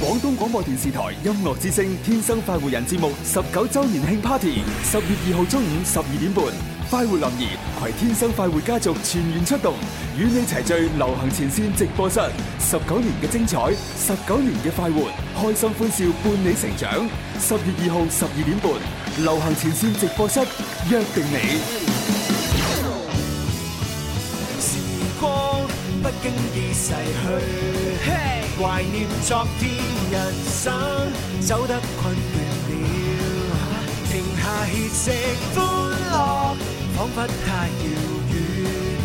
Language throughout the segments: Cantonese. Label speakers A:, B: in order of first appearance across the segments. A: 廣東廣播電視台音樂之聲《天生快活人》節目十九週年慶 Party，十月二號中午十二點半，快活林兒攜天生快活家族全員出動，與你齊聚流行前線直播室。十九年嘅精彩，十九年嘅快活，開心歡笑伴你成長。十月二號十二點半，流行前線直播室約定你。
B: 時光不經意逝去，懷念昨天，人生走得困倦了，停下歇息，歡樂彷彿太遙遠，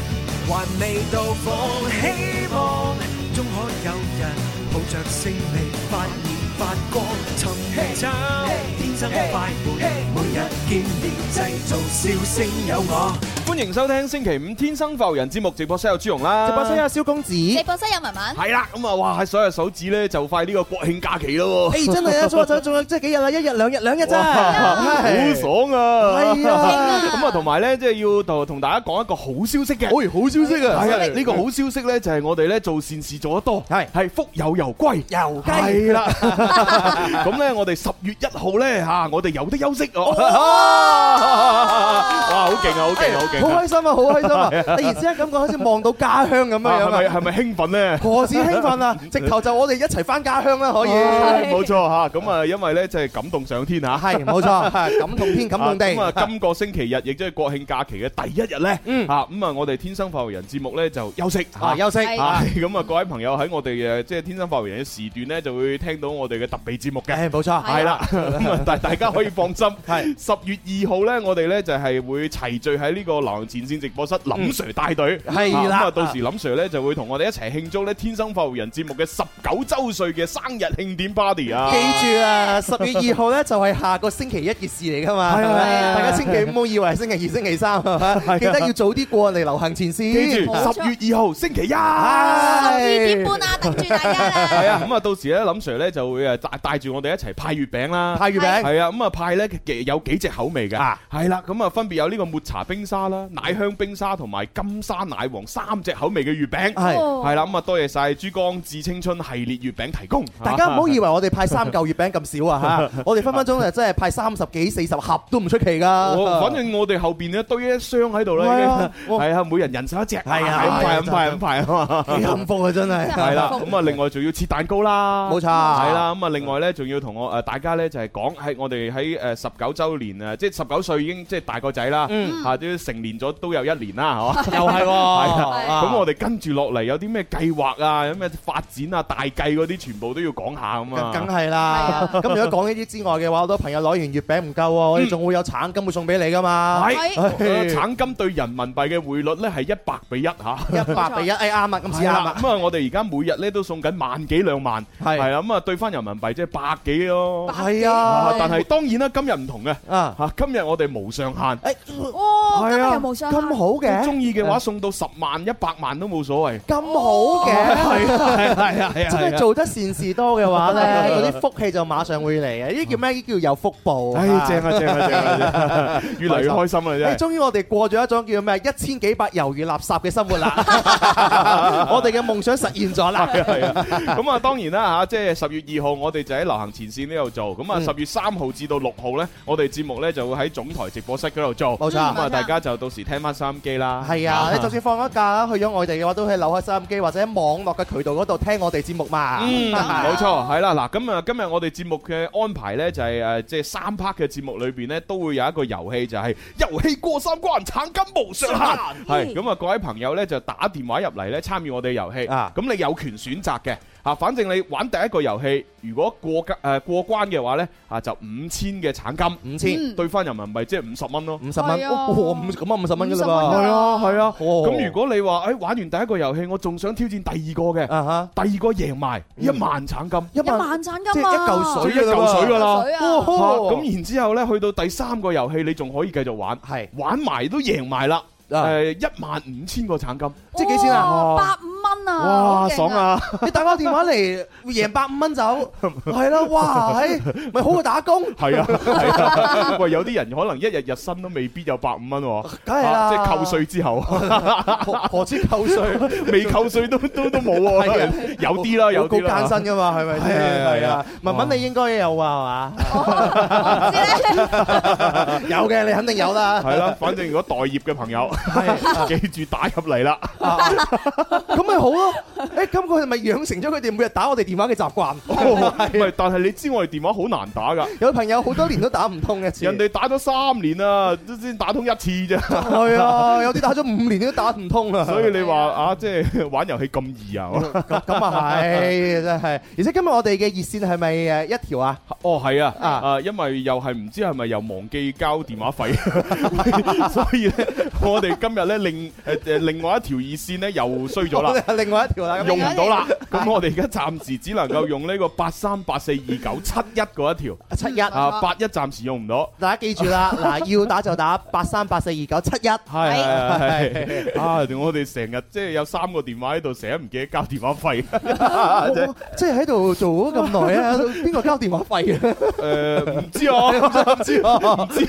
B: 還未到訪，希望終可有人抱着勝利發現發光，尋找天生快活，每日見面製造笑聲有我。
C: 歡迎收聽星期五《天生浮人》節目，直播室有朱容啦，
D: 直播室有蕭公子，
E: 直播室有文文，
C: 係啦，咁啊，哇，所有手指咧就快呢個國慶假期咯喎，
D: 誒真 係啊，仲有仲有即係幾日啦，一日兩日兩日
C: 哇好
D: 啫，
C: 爽啊！
D: 係啊
C: 咁啊，同埋咧，即係要同同大家講一個好消息嘅。
D: 哎好消息啊
C: 係啊，
D: 係
C: 呢個好消息咧，就係我哋咧做善事做得多，
D: 係
C: 係福有攸歸。
D: 油雞
C: 係 啦，咁咧我哋十月一號咧嚇，我哋有得休息 哦。哇，好勁啊，好勁啊，好勁啊！
D: 好開心啊，好開心 啊！突然之間感覺好似望到家鄉咁
C: 係
D: 樣
C: 咪
D: 樣啊，
C: 係咪興奮咧？
D: 何止興 奮啊！直頭就我哋一齊翻家鄉啦，可以
C: 唉冇錯嚇，咁啊，因為咧就係感動上天嚇。
D: 係冇錯， 係感動天感動
C: 咁啊，
D: 地，
C: 今個星期日亦即係國慶假期嘅第一日咧，
D: 嗯
C: 啊咁啊，我哋天生發育人節目咧就休息
D: 啊休息
E: 係
D: 啊
C: 啊，，咁啊，各位朋友喺我哋誒即係天生發育人嘅時段咧，就會聽到我哋嘅特備節目嘅。
D: 誒冇錯，
C: 係啦，咁啊，但大家可以放心，
D: 係
C: 十月二號咧，我哋咧就係會齊聚喺呢個流行前線直播室，林 Sir 帶隊，
D: 係啦
C: 啊咁啊，到時林 Sir 咧就會同我哋一齊慶祝咧《天生發育人》節目嘅十九週歲嘅生日慶典 party 啊！
D: 記住啊，十月二號咧就係下個星期一嘅事嚟噶嘛，係咪？大家千祈唔好以為星期二、星期三，係咪記得要早啲過嚟流行前線。
C: 記住，
E: 冇錯
C: 十月二號星期一。
E: 十二點
D: 係
E: 半啊，等住大家
C: 系
E: 啦。
C: 啊，咁啊，到時咧，林 Sir 咧就會誒帶帶住我哋一齊派月餅啦。
D: 派月餅，
C: 係啊，咁啊派咧嘅有幾隻口味嘅，
D: 啊
C: 係啦，咁啊分別有呢個抹茶冰沙啦、奶香冰沙同埋金沙奶黃三隻口味嘅月餅，
D: 係。
E: 哦
C: 係啦，咁啊多謝晒珠江致青春系列月餅提供。
D: 大家唔好以為我哋派三嚿月餅咁少 啊嚇！我哋分分鐘就真係派三十幾、四十盒都唔出奇噶。
C: 我反正我哋後邊咧堆一箱喺度咧，
D: 係啊我
C: 係啊，每人人手一隻，
D: 係啊
C: 咁
D: 係
C: 派
D: 啊
C: 咁派咁派啊嘛。
D: 幾幸福啊，真係
E: 真
C: 係 啦，
E: 幸福
C: 咁啊，另外仲要切蛋糕啦，
D: 冇錯
C: 係啦，咁啊，另外咧，仲要同我誒大家咧就係講喺我哋喺誒十九週年啊，即係十九歲已經即係大個仔啦，嚇都成年咗都有一年啦，係嘛？
D: 又係喎
E: 啊
C: 咁我哋跟住落嚟有啲咩計劃啊，有咩發展啊、大計嗰啲，全部都要講下咁
D: 梗梗
C: 啊。
D: 係啦。咁如果講呢啲之外嘅話，好多朋友攞完月餅唔夠喎，我哋仲會有橙金會送俾你噶嘛。
C: 係，
D: 係
C: 呃橙金對人民幣嘅匯率咧係一百比一嚇。
D: 一百比一，哎啱啊，咁似
C: 係
D: 啱
C: 啦，
D: 啊，
C: 咁啊，我哋而家每日咧都送緊萬幾兩萬，
D: 係
C: 係啦，咁啊對翻人民幣即係百幾咯。
D: 係
C: 啊
D: 啊，
C: 但係當然啦，今日唔同嘅。
D: 啊，
C: 嚇！今日我哋無上限，
D: 誒
E: 哦，今日
C: 係啊
E: 又冇上
D: 咁好嘅，
C: 中意嘅話送到十萬、一百萬都冇所謂。
D: 咁好嘅。
C: 係啊係啊係啊！
D: 真係做得善事多嘅話咧，嗰啲福氣就馬上會嚟嘅。呢啲叫咩？呢啲叫有福報。
C: 唉，正啊正啊正啊！越嚟越開心啦，
D: 誒，
C: 真係。
D: 終於我哋過咗一種叫咩一千幾百猶如垃圾嘅生活啦！我哋嘅夢想實現咗啦！
C: 係啊，咁啊當然啦嚇，即係十月二號我哋就喺流行前線呢度做，咁啊
D: 嗯
C: 十月三號至到六號咧，我哋節目咧就會喺總台直播室嗰度做。
D: 冇錯
C: 咁啊大家就到時聽翻收音機啦。
D: 係啊，你就算放咗假去咗外地嘅話，都可以留開收音機或者喺網絡嘅渠道嗰度聽我哋節目嘛。
C: 嗯，
D: 係
C: 冇錯，係啦，嗱，咁啊，今日我哋節目嘅安排呢，就係誒，即係三 part 嘅節目裏邊呢，都會有一個遊戲，就係遊戲過三關，橙金無上限。 係咁啊，各位朋友呢，就打電話入嚟呢，參與我哋遊戲。
D: 啊
C: 咁你有權選擇嘅。啊，反正你玩第一個遊戲，如果過格誒過關嘅話呢，啊就五千嘅橙金，
D: 五千
E: 嗯
C: 對翻人民幣即係五十蚊咯。
D: 五十蚊，
E: 係啊
D: 哇五咁啊五十蚊㗎啦
E: 五十
D: 噃
E: 蚊㗎。
C: 啊，係啊。
D: 哦
C: 咁如果你話誒哎玩完第一個遊戲，我仲想挑戰第二個嘅，
D: 啊嗯哈
C: 第二個贏埋一萬橙金。
D: 一
E: 一萬盞金啊，
D: 即係一嚿水
C: 一嚿水㗎啦
E: 水啊
D: 哦
C: 嚇
D: 吼
C: 咁然之後咧，去到第三個遊戲，你仲可以繼續玩，
D: 係
C: 玩埋都贏埋啦。
D: 啊
C: 誒一萬五千個橙金，
E: 哇
D: 即係幾錢啊？
E: 哇百五蚊啊！好勁！
D: 你打個電話嚟贏百五 蚊走，係啦，哇，係咪好過打工？
C: 系啊，系啊， 喂，有啲人可能一日日薪都未必有百五蚊喎，
D: 梗係啦
C: 啊即係扣税之後，
D: 何何止扣 税？
C: 未扣税都都都冇喎，有啲啦，有
D: 高
C: 啲啦
D: 艱，辛噶嘛，係咪先？
C: 係啊係啊
D: 係啊，文文你應該有 啊，
E: 我唔知咧，
D: 係嘛？有嘅，你肯定有啦。
C: 係啦，反正如果待業嘅朋友，記住打入嚟啦，
D: 啊咁 咪好咯。誒，咁佢係咪養成咗佢哋每日打我哋電話嘅習慣？
C: 唔係，但係你知我哋電話好難打㗎，
D: 有朋友好多年都打唔通嘅，
C: 人哋打咗三年啦，都先打通一次 啫，
D: 係啊，有啲打咗五年都打唔通啊。
C: 所以你話啊，即係玩遊戲咁易啊？
D: 咁咁啊係，真係。而且今日我哋嘅熱線係咪誒一條啊？
C: 哦，係啊，
D: 啊
C: 啊，因為又係唔知係咪又忘記交電話費， 所以咧，我哋今日咧另誒誒另外一條熱線咧又衰咗 啦。
D: 另外一條啦。咁
C: 用唔到啦，咁我哋而家暫時只能夠用呢個八三八四二九七一嗰一條，
D: 七一
C: 啊八一暫時用唔到，
D: 大家記 住啦，嗱要打就打八三八四二九七一。
C: 係係係啊！我哋成日即係有三個電話喺度，成日唔記得交電話費，
D: 我即係喺度做咗咁耐啊，邊個交電話費啊？
C: 誒唔知 啊，唔知啊，唔知，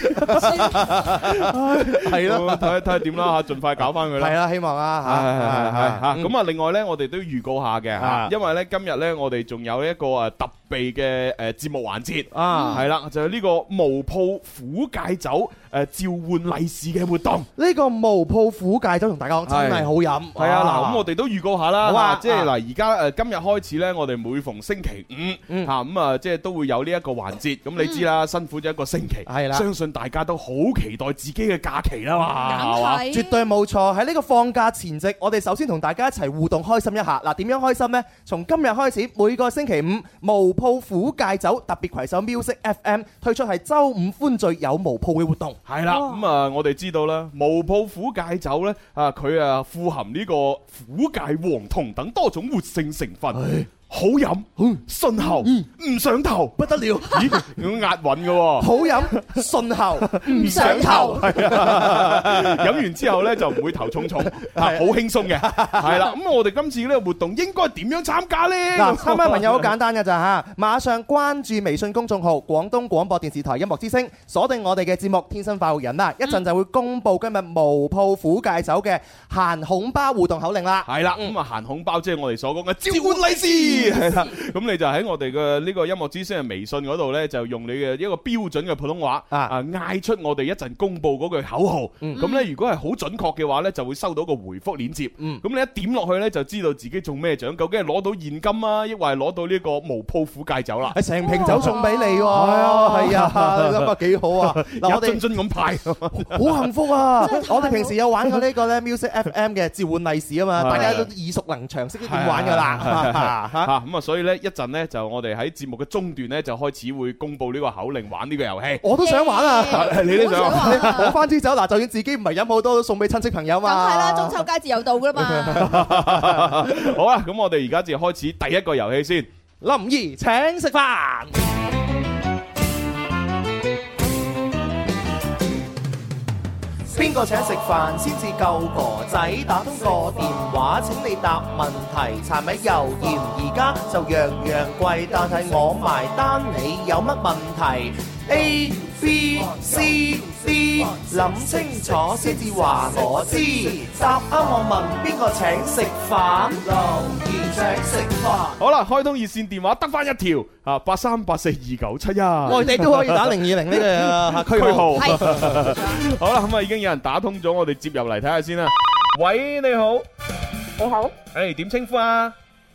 C: 係咯，睇下睇下點啦嚇，盡快搞翻佢啦
D: 係。啦，希望
C: 係係係
D: 啊
C: 係哎咁啊！另外咧，我哋都預告下嘅嚇
D: 啊，
C: 因為咧今日咧我哋仲有一個誒特備嘅誒節目環節
D: 嚇啊！
C: 係啦，就係呢個無鋪苦戒酒誒召喚利是嘅活動。
D: 呢個無泡苦芥酒同大家講真係好飲。
C: 係啊，嗱，咁我哋都預告下啦，
D: 好啊
C: 嗱即係
D: 啊
C: 嗱，而家誒呃今日開始咧，我哋每逢星期五
D: 嗯
C: 嚇咁啊，即係都會有呢一個環節。咁你知啦，辛苦咗一個星期，
D: 嗯係啦
C: 相信大家都好期待自己嘅假期啦嘛，係嘛
E: 梗係
D: 絕對冇錯，喺呢個放假前夕，我哋首先同大家一齊互動開心一下。嗱，點樣開心呢？從今日開始，每個星期五無泡苦芥酒特別攜手 Music FM 推出係周五歡聚有無泡嘅活動。
C: 系啦，
D: 哦
C: 咁啊，我哋知道啦，無泡苦芥酒咧，啊，佢啊富含呢個苦芥、黃酮等多種活性成分，好飲、
D: 嗯
C: 順喉、唔上頭，不得了， 咦，咁押韻嘅喎，
D: 好飲順喉，唔
E: 上頭
C: 係啊，飲完之後咧就唔會頭重重，啊好輕鬆嘅，係啦，咁我哋今次呢個活動應該點樣參加咧？
D: 嗱，參加朋友好簡單嘅咋嚇，馬上關注微信公眾號廣東廣播電視台音樂之聲，鎖定我哋嘅節目《天生快活人》啦，一陣就會公布今日無泡苦戒酒嘅限恐包互動口令啦。
C: 係啦，咁啊閒孔包即係我哋所講嘅召喚利是， 係啦，咁你就喺我哋嘅呢個音樂之聲嘅微信嗰度呢，就用你嘅一個標準嘅普通話
D: 啊嗯
C: 啊嗌出我哋一陣公佈嗰句口號，咁呢，如果係好準確嘅話呢，就會收到個回覆鏈接，
D: 嗯
C: 咁你一點落去呢，就知道自己中咩獎，究竟係攞到現金啊，抑或係攞到呢個無泡苦戒酒啦，
D: 係成瓶酒送俾你喎，係啊，你諗下幾好啊！嗱，我
C: 一
D: 哋
C: 樽樽咁派，
D: 好幸福啊！
E: 真係太
D: 我哋平時有玩過呢個咧 Music FM 嘅召喚利是啊嘛，
C: 係
D: 大家都耳熟能詳，識得點玩噶啦。嚇
C: 啊咁啊，所以呢，一陣呢，就我哋喺節目嘅中段呢，就開始會公佈呢個口令玩呢個遊戲。
D: 我都想玩啊！
C: 你都想啊
D: 攞翻支酒嗱，就算自己唔係飲好多，都送俾親戚朋友
E: 梗
D: 嘛。
E: 係啦，中秋佳節又到噶啦嘛，
C: 好啦，咁我哋而家就開始第一個遊戲先。
D: 林怡請食飯。邊個請食飯先至夠哥仔？打通個電話請你答問題。柴米油鹽而家就樣樣貴，但係我埋單，你有乜問題？A B C D，諗清楚先至話我知。答啱我問邊個請食飯？留言請食飯。
C: 好啦，開通熱線電話得翻一條啊，八三八四二九七一。
D: 外地都可以打零二零呢啊個
C: 區
D: 區號。
C: 號。
E: 係
C: 好啦，咁啊已經有人打通咗，我哋接入嚟睇下先啦。喂，你好，
F: 你好，
C: 誒點稱呼啊？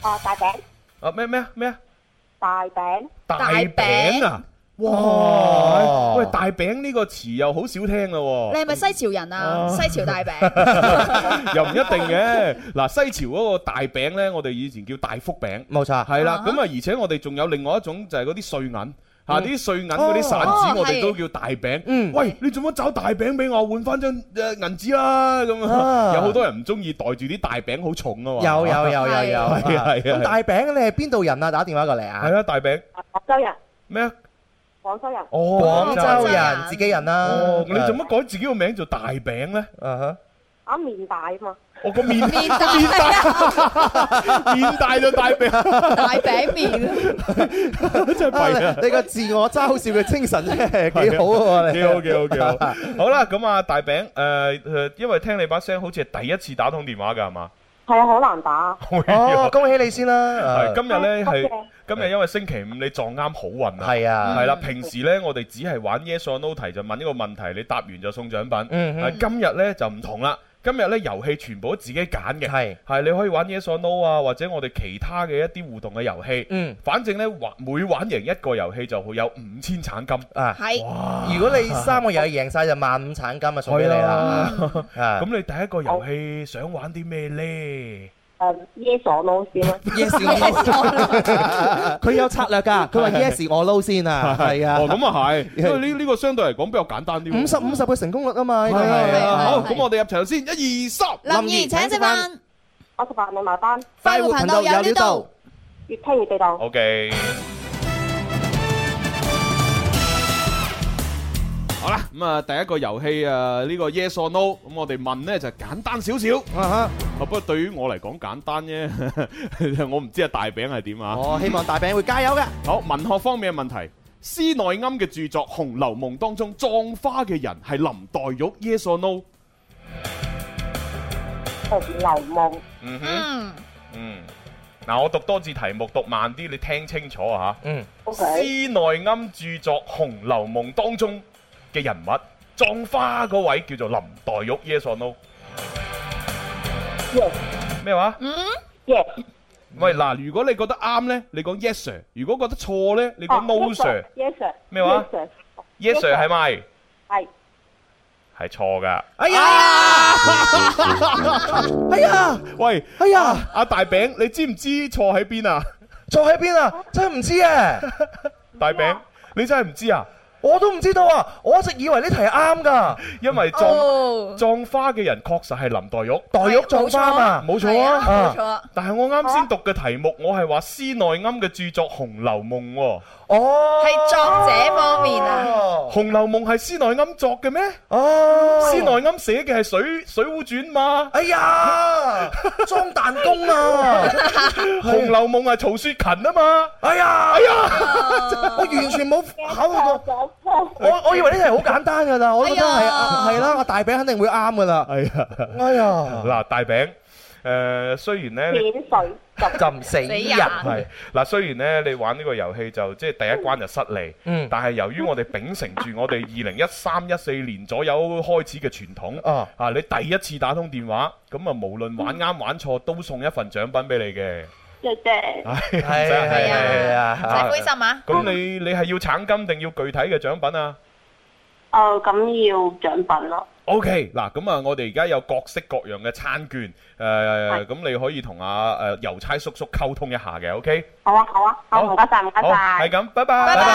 F: 啊大餅，
C: 啊咩咩啊咩啊？
F: 大餅，
C: 大
E: 餅
C: 餅啊！哇！喂，大餅呢個詞又好少聽啦喎。
E: 你係咪西朝人啊？西朝大 餅。
C: 又唔一定嘅。嗱，西朝嗰個大餅呢，我哋以前叫大福餅，
D: 冇錯
C: 係啦。
E: 啊
C: 咁
E: 哈
C: 啊，而且我哋仲有另外一種就係嗰啲碎銀。嚇！啲碎銀嗰啲散紙，
E: 哦
C: 我哋
E: 係
C: 都叫大餅。
D: 嗯
C: 喂，你做乜找大餅俾我換翻張誒銀紙啦？咁啊，
D: 啊
C: 有好多人唔中意袋住啲大餅，好重啊嘛。
D: 有有有有
C: 係
D: 有，
C: 啊係啊係啊
D: 咁大餅你係邊度人啊？打電話過嚟啊！
C: 係啊，大餅
F: 啊廣州人，
C: 咩啊？
F: 廣州人，
C: 哦，
D: 廣州
E: 廣州人
D: 人，自己人啦。啊
C: 哦，你做乜改自己個名做大餅呢？
D: 啊哈？
F: 啊面大啊嘛，
C: 我個面面
E: 面大
C: 大就大 病，
E: 大餅面，
C: 真係弊啊！
D: 你個自我嘲笑嘅精神真係幾好喎！你
C: 幾好幾好 幾好，好啦，咁啊大餅誒誒，因為聽你把聲好似係第一次打通電話㗎係嘛？
F: 係啊，好難打。
D: 哦，恭喜你先啦！啊
C: 係今日呢，
F: 多謝
C: 係今日因為星期五你撞啱好運啊，
D: 係啊
C: 係啦，平時呢，我哋只係玩 yes or no 題就問一個問題，你答完就送獎品。
D: 嗯
C: 係今日呢就唔同啦，今日呢遊戲全部都自己揀嘅，
D: 係
C: 係你可以玩 yes or no 啊，或者我哋其他嘅一啲互動嘅遊戲。
D: 嗯
C: 反正呢，玩每玩贏一個遊戲就會有五千橙金。
D: 啊，
E: 係
D: 如果你三個遊戲贏晒就萬五產金啊，送俾你啦！啊
C: 咁你第一個遊戲想玩啲咩呢？
F: 誒，yes or no 先啦。
D: ，yes 佢有策略㗎，佢話 yes 我撈先啊，係
C: 哦，
D: 啊，
C: 咁啊係，因為呢呢個相對嚟講比較簡單啲喎。
D: 五十五十嘅成功率啊嘛，呢個
E: 係
D: 係
E: 啊
C: 好，
E: 係
C: 咁我哋入場先，一二三，
E: 林
D: 怡
E: 怡請食飯，
F: 我食飯你埋單，
E: 快活頻道有料到，
F: 越聽越地道。
C: ，OK。好啦，咁啊，第一個遊戲啊，呢個 ờ, Yes or No，咁我哋問呢就簡單少少。
D: 啊
C: 啊，不過對於我嚟講簡單 啫，我唔知啊大餅係點
D: 哈！
C: 啊。
D: 我希望大餅會加油嘅。
C: 好，文學方面嘅問題，施耐庵嘅著作《紅樓夢》當中葬花嘅人係林黛玉。Yes or No？
F: 紅樓夢，
C: 嗯哼，
E: 嗯，
C: 嗯。嗱，我讀多次題目，讀慢啲，你聽清楚啊嚇。
D: 嗯，
F: O
C: 施
F: K，
C: 耐庵著作《紅樓夢》當中嘅人物，葬花嗰位叫做林黛玉。Yes or no？咩話？
D: 嗯
F: yes，
C: 喂，嗱，如果你覺得啱呢，你講 yes sir；如果覺得錯呢，你
F: 哦
C: 講
D: 啊
C: no sir。
F: yes sir，
C: 咩話
F: Yes, sir
C: yes sir 係咪？
F: 係
C: 係錯噶。
D: 哎呀，哎呀，
C: 喂，啊
D: 哎呀，
C: 阿大餅，你知唔知錯喺邊啊？
D: 坐喺邊啊？真係唔知啊！
C: 大餅，你真係唔知啊？
D: 我都唔知道啊！我一直以為呢題係啱㗎，
C: 因為葬
E: 哦，
C: 葬花嘅人確實係林黛玉。
D: 黛玉撞花嘛，
C: 冇錯
E: 係
C: 啊
E: 冇錯啊，
C: 但係我啱先讀嘅題目，我係話施耐庵嘅著作《紅樓夢》喎。
D: 哦，
E: 係作者方面啊，
C: 《
D: 哦，
C: 紅樓夢》係施耐庵作嘅咩？
D: 哦，
C: 施耐庵寫嘅係《水水滸傳》嘛，
D: 哎呀，裝彈弓啊！
C: 《 紅樓夢》係曹雪芹啊嘛。
D: 哎呀，哎呀，我完全冇考慮過。
F: 講錯，
D: 我我以為呢題好簡單㗎啦，我覺得
E: 哎
D: 係
E: 呀
D: 係啦，我大餅肯定會啱㗎啦。
C: 係啊，
D: 哎呀，
C: 嗱大餅，誒雖 然咧你
F: 淺水浸
D: 浸死
E: 死人
D: 人。
C: 係嗱，雖然咧你玩呢個遊戲就即係第一關就失利，
D: 嗯
C: 但係由於我哋秉承住 我哋二零一三一四年左右開始嘅傳統，
D: 啊，
C: 啊你第一次打通電話，咁啊無論玩啱玩錯都送一份獎品俾你嘅，
F: 嘅啫，
C: 係
D: 係
C: 真係
E: 係
D: 係
E: 啊，
D: 啊
E: 唔使灰心啊，
C: 咁你你係要橙金定要具體嘅獎品啊？
F: 哦咁要獎品咯，
C: O K，嗱咁啊，我哋而家有各式各樣嘅餐券，誒
F: 係
C: 咁你可以同阿誒郵差叔叔溝通一下嘅，O K，
F: 好啊好啊，好唔該晒唔該
C: 好係
F: 晒，
C: 咁，拜拜，
E: 拜拜。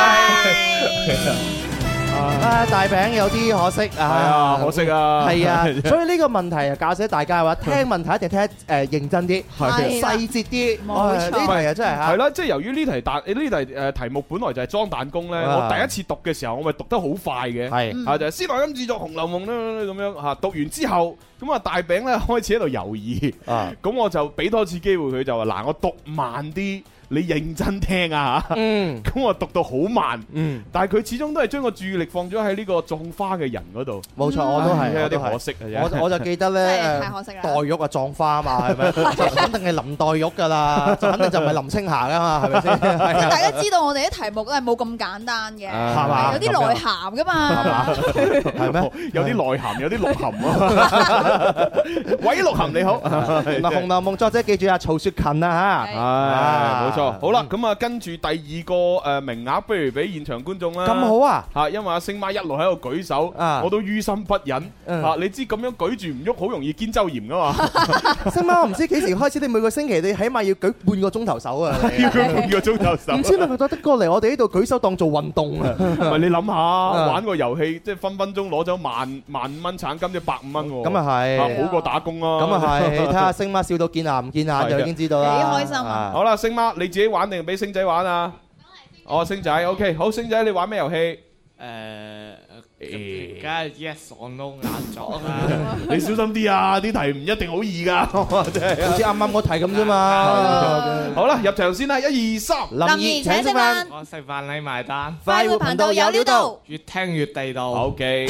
D: 啊，大餅有啲可惜
C: 係
D: 啊
C: 啊，，可。惜啊，
D: 係啊，所以呢個問題啊，教死大家嘅話，聽問題一定聽誒認真啲，
E: 係
D: 細節啲，
E: 冇
D: 哇
E: 錯
D: 呢題啊真係
C: 係
D: 嚇，
C: 啦，即係由於呢題彈呢題呃誒題目本來就係裝彈弓咧，
D: 啊
C: 我第一次讀嘅時候，我咪讀得好快嘅。
D: 係
C: 啊，就係《施耐庵著作紅樓夢》咧，咁樣嚇讀完之後，咁啊大餅咧開始喺度猶豫，
D: 啊，
C: 咁我就俾多次機會佢，就話嗱，我讀慢啲，你認真聽啊 嚇，
D: 嗯
C: 咁我讀到好慢。
D: 嗯，
C: 但係佢始終都係將個注意力放咗喺呢個葬花嘅人嗰度，
D: 冇錯，我都
C: 唉
D: 係，
C: 有
D: 我都
C: 啲可
D: 係。
C: 惜啊嘅啫。
D: 我我就記得
E: 真係
D: 咧
E: 太可惜啦，
D: 黛玉啊葬花嘛， 係咪？就肯定係林黛玉㗎啦，就肯定就唔係林青霞㗎嘛，係 咪先？係
E: 即係
D: 啊
E: 大家知道我哋啲題目咧冇咁簡單嘅，
C: 啊
D: 係嘛
E: 有啲內涵噶嘛，
D: 係 咩？
C: 有啲內涵，有啲鹿晗 啊！喂，鹿晗你好，
D: 嗱，《紅樓夢》作者記住啊，曹雪芹啊
E: 係
C: 唉，冇錯。
D: 啊
C: 好啦，咁啊，跟住第二個誒名額，不如俾現場觀眾啦。
D: 嚇，咁好啊！
C: 嚇，因為阿星媽一路喺度舉手，
D: 啊
C: 我都於心不忍。
D: 嗯
C: 嚇，你知咁樣舉住唔喐，好容易肩周炎噶嘛，
D: 星媽，我唔知幾時開始，你每個星期你起碼要舉半個鐘頭手啊！你
C: 要佢 半個鐘頭手。
D: 唔知你咪覺得過嚟我哋呢度舉手當做運 動啊？
C: 唔係你諗下，玩個遊戲即係分分鐘攞咗萬萬五蚊橙金，即係百五蚊喎。
D: 咁啊
C: 啊
D: 係，
C: 好過打工咯。
D: 咁啊係，睇下星媽笑到見牙唔見眼就已經知道啦。
E: 幾開心啊
C: 好啦，星媽你自己玩定俾星仔玩啊？哦，星仔，OK，好，星仔你玩咩遊戲？
B: 誒，
C: 誒
B: 咁梗係 yes or no 硬作啦。
C: 你小心啲啊！啲題唔一定好易㗎，真係啊。
E: 係啊。
C: 好啦，入場先啦，一二三。
E: 林怡請食飯。
B: 我食飯你埋單，
E: 快活頻道有料到。
B: 越聽越地道。
C: O K。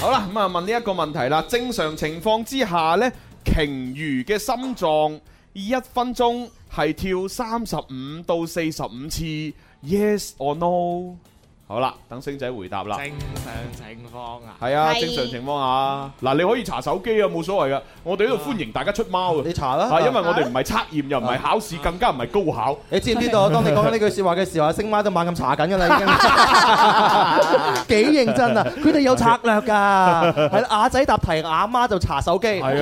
C: 好啦，咁啊問呢一個問題啦。正常情況之下呢，鯨魚嘅心臟一分鐘係跳三十五到四十五次，yes or no？好啦，等星仔回答啦。
B: 正常情況啊，
C: 係啊，
E: 係
C: 正常情況下，嗱你可以查手機啊，冇所謂噶。我哋喺度歡迎大家出貓啊，啊，因為我哋唔係測驗，又唔係考試，更加唔係高考。 啊係
D: Ờ.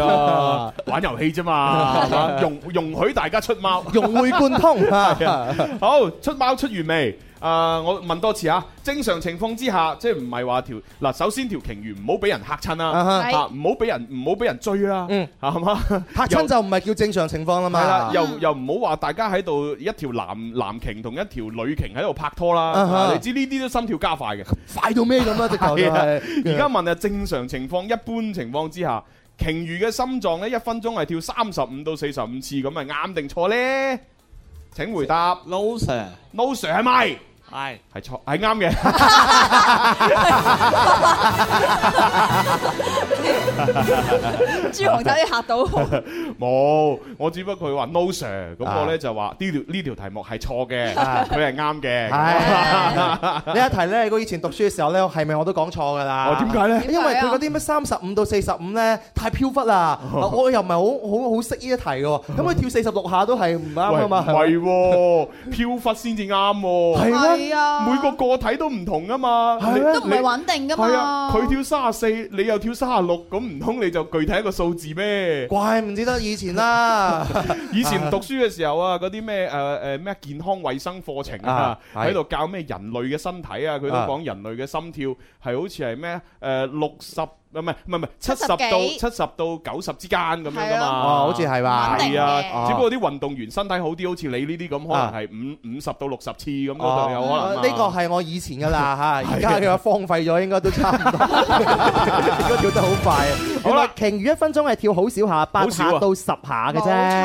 C: 啊，玩遊戲啫嘛，係嘛容容許大家出貓。 啊好，出貓出完未？啊、我問多次啊！正常情況之下，即係唔係話條嗱，首先條鯨魚唔好俾人嚇親啦，
E: 係
C: 嚇唔好俾人唔好俾人追啦，
D: 嗯
C: 係嘛？係啦，又又唔好話大家喺度一條男男鯨同一條女鯨喺度拍拖啦，
D: 啊哈
C: 啊你知呢啲都心跳加 快嘅。啊而家問啊，正常情況一般情況之下，鯨魚嘅心臟咧一分鐘係跳三十五到四十五次，咁係啱定錯呢？請回答
B: 老 Sir
C: ，No Sir 係咪？
B: 係
C: 係錯係啱嘅。
E: 朱紅仔，你嚇到我。
C: 冇，我只不過佢話 no sir，咁
D: 啊
C: 我咧就話呢條呢條題目係錯 嘅，佢係啱嘅。
E: 唉。
C: 啊哦，點解咧？
D: 因為佢嗰啲咩35到45咧，太飄忽啦。
C: 哦
D: 啊我又唔係好-好-好識呢一題嘅喎。咁佢跳46
C: 喂，唔
D: 下都係唔啱㗎嘛，啊
C: 係喎，飄忽先至啱喎，
D: 係咩？
E: 係啊。
C: 每個個體都唔同噶嘛。
D: 係啊
C: 你
D: 咩
C: 你
E: 都唔係穩定㗎嘛。
C: 係啊，佢跳三十四，你又跳三十六，咁唔通你就具體一個數字咩？
D: 怪唔之得以前啦。
C: 以前讀書嘅時候啊，嗰啲咩誒誒咩健康衛生課程啊
D: 啊，係
C: 喺度教咩人類嘅身體啊，佢都
D: 啊
C: 講人類嘅心跳係好似係咩誒六十唔係唔係唔係七十
E: 70
C: 到
E: 幾
C: 七十到九十之間咁樣噶
E: 係
C: 嘛，
E: 啊
D: 哦，好似係吧。
E: 穩定嘅。
C: 係啊，
D: 哦
C: 只不過啲運動員身體好啲，好似你呢啲咁，可能係五五十到六十次咁
D: 哦
C: 嗰度有可能啊。 啊
D: 呢個係我以前㗎啦，嚇。而家嘅話荒廢咗，應該都差唔多。應該跳得好快啊。
C: 好啦。
D: 原來鯨魚一分鐘係跳好少下，8
C: 好少啊。
D: 下到10下嘅
E: 冇
D: 啫。
E: 錯。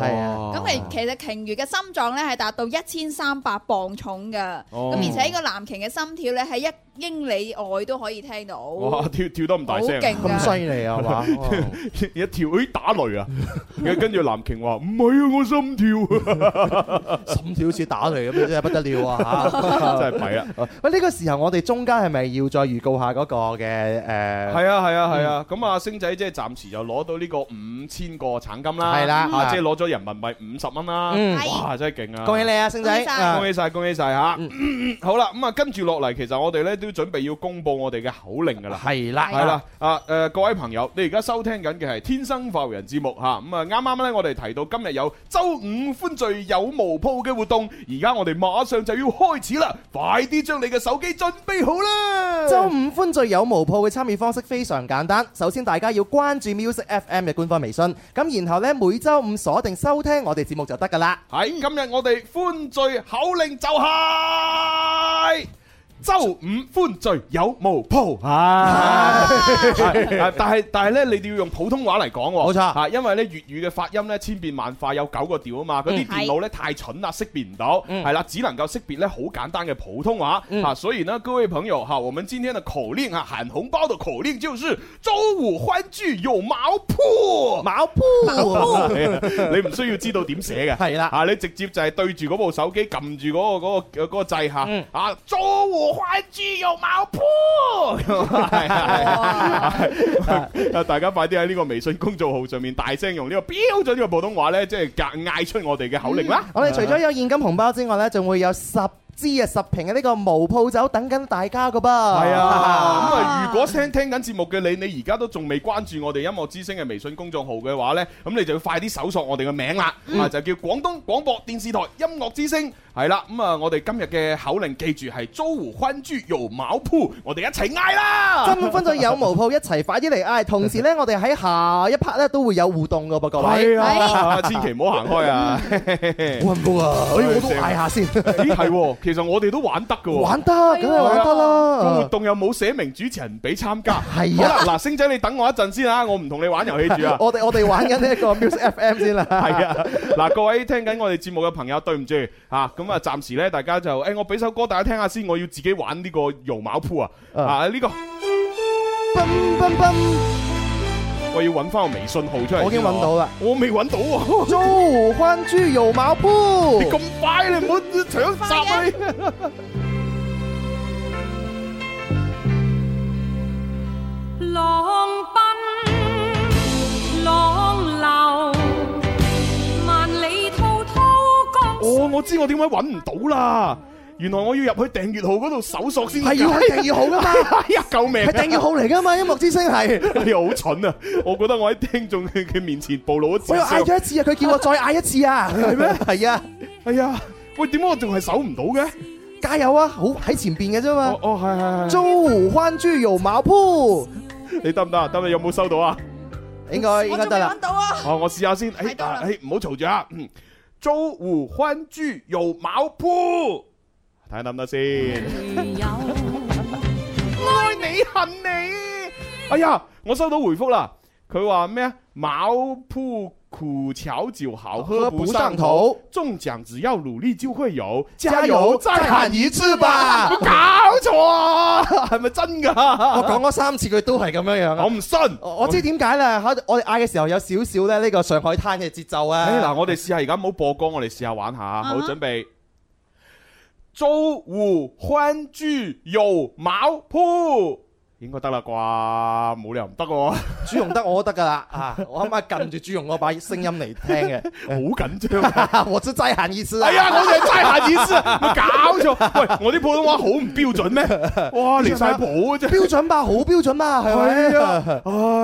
D: 係啊。
E: 咁其-其實鯨魚嘅心臟呢，係達到1300磅重㗎。
C: 哦。
E: 咁而且呢個藍鯨嘅心跳呢，喺一英里外都可以聽到。
C: 哦哇，跳跳得咁大聲，
E: 好勁㗎。
D: 咁犀利啊，係嘛？
C: 一跳咦打雷啊！ 跟住藍鯨話唔係啊，我心跳
D: 哇，心跳好似打嚟咁，真係不得了啊，嚇。
C: 啊， 真係弊啊！
D: 哦喂，呢個時候我哋中間係咪要再預告下嗰個嘅誒？
C: 係啊係啊係啊，咁啊星仔即係暫時就攞到呢個五千個橙金啦，
D: 係啦
C: 啊即係攞咗人民幣五十蚊啦，
D: 嗯
E: 係
C: 哇真係勁啊！
D: 恭喜你！嗯啊，星仔！
E: 恭喜晒
D: 啊
C: 恭喜晒，恭喜晒吓！好啦，咁啊，跟住落嚟，其實我哋咧都準備要公布我哋嘅口令噶啦，
D: 係啦，
C: 係啦，啊誒，各位朋友，你而家收聽緊嘅係《天生快活人》節目嚇，咁啊啱啱咧，我哋提到今日有周五歡聚有毛鋪嘅活動，而家我哋馬上就要開始啦，快啲將你嘅手機準備好啦！
D: 周五歡聚有無鋪嘅參與方式非常簡單，首先大家要關注 Music FM 嘅官方微信，咁然後呢，每周五鎖定收聽我哋節目就得㗎啦。
C: 喺今日我哋歡聚口令就係、周五歡聚有毛 鋪啊！係啊但係但係咧，你哋要用普通話嚟講喎，
D: 冇錯
C: 啊因為咧粵語嘅發音咧千變萬化，有九個調啊嘛，嗰啲
E: 嗯
C: 電腦咧太蠢啦，識別唔到，
D: 嗯
C: 係啦，只能夠識別咧好簡單嘅普通話
D: 嗯
C: 啊，所以呢，各位朋友哈，我們今天的口令啊，喊紅包的口令就是周五歡聚有毛鋪，
D: 毛鋪，
C: 你唔需要知道點寫嘅。
D: 係啦，
C: 啊！你直接就係對住嗰部手機撳住嗰個嗰個嗰個掣嚇
D: 嗯，
C: 啊！左和快豬肉毛鋪，係啊係啊 啊！大家快啲喺呢個微信公眾號上面大聲用呢個標準嘅普通話咧，即係夾嗌出我哋嘅口令啦！
D: 我哋除咗有現金紅包之外呢，仲會有十支啊十瓶嘅呢個無鋪酒等緊大家噶噃。係
C: 係 啊，咁啊，
E: 啊
C: 如果聽聽緊節目嘅你，你而家都仲未關注我哋音樂之聲嘅微信公眾號嘅話呢，咁你就要快啲搜索我哋嘅名啦，
D: 嗯
C: 啊就叫廣東廣播電視台音樂之聲，係啦，咁啊，我哋今日嘅口令記住係租湖歡豬油毛鋪，我哋一齊嗌啦！
D: 新分咗有無鋪一齊快啲嚟嗌，同時咧我哋喺下一 part 咧都會有互動噶噃，各位。
C: 係啊，千祈唔好行開啊！
D: 好唔好啊？哎，我都嗌下先，
C: 咦，係喎，其實我哋都玩得㗎喎。
D: 玩得啊梗係玩得
C: 個活
D: 啦。
C: 動又冇寫明主持人唔俾參加，
D: 係啊
C: 好啦，嗱，星仔你等我一陣先啊，我唔同你玩遊戲住啊。
D: 我哋我哋玩緊呢 一個 music FM 先啦。
C: 系啊，嗱，各位聽緊我哋節目嘅朋友，對唔住啊，咁啊，暫時咧，大家就，诶，我俾首歌大家聽下先，我要自己玩呢個搖馬鋪啊，
D: 啊
C: 啊，呢個
D: 嘣嘣嘣，
C: 我要揾翻個微信號出嚟。哎
D: 我已經揾到，啦。哦
C: 我未揾到喎，
D: 周胡歡豬油麻鋪
C: 你，咁快你唔好搶閘啊你！
G: 浪奔浪流，萬里滔滔江水。
C: 哦，我知我點解揾唔到啦，原來我要入去訂閱號嗰度搜索先。
D: 係要喺訂閱號 噶嘛，
C: 哎呀，救命！
D: 係訂閱號嚟噶嘛，音樂 之星係。
C: 你好蠢啊！我覺得我喺聽眾嘅面前暴露咗
D: 我又嗌
C: 智商。
D: 咗一次啊，佢叫我再嗌一次啊，係咩？係啊，
C: 哎呀，喂，點解我仲係搜唔到嘅？
D: 加油啊，好喺前邊嘅啫嘛
C: 哦。哦，係係係。
D: 周胡歡豬油麻鋪，
C: 你得唔得啊？得唔得？有冇收到啊？
D: 應該應
E: 我
D: 該
E: 仲
D: 得
E: 未
D: 啦
E: 揾。到啊！
C: 哦，我試下先。哎
E: 睇，到啦
C: 啊哎，唔好嘈住啊。嗯租湖欢豬油毛鋪，睇下得唔得先？愛你恨你。哎呀，我收到回覆啦。佢話咩啊？毛鋪苦巧酒好喝不上頭，中獎只要努力就會有，加油再喊！
D: 一 次吧！
C: 搞錯啊， 係咪真
D: 我
C: 㗎？
D: 講咗三次，佢都係咁樣樣
C: 我
D: 啊！
C: 唔信。
D: 我我知點解啦，喺我哋嗌嘅時候有少少咧呢個上海灘嘅節奏啊！
C: 哎嗱，我哋試下而家唔好播歌，我哋試下玩下，好
E: 哈
C: 準備。周湖歡豬油毛鋪，應該得啦啩，冇理由唔得 喎，好
D: 朱容得我都得㗎啦啊！我啱啱近住朱容嗰把聲音嚟聽 嘅。
C: 緊張 啊。
D: 我真齋閒意思啊！
C: 哎呀，我哋係猜下意思 啊，咪搞錯。喂，我啲普通話好唔標準咩？ 哇，離晒譜啊真係。
D: 標準吧，好標準吧，係咪？
C: 係啊，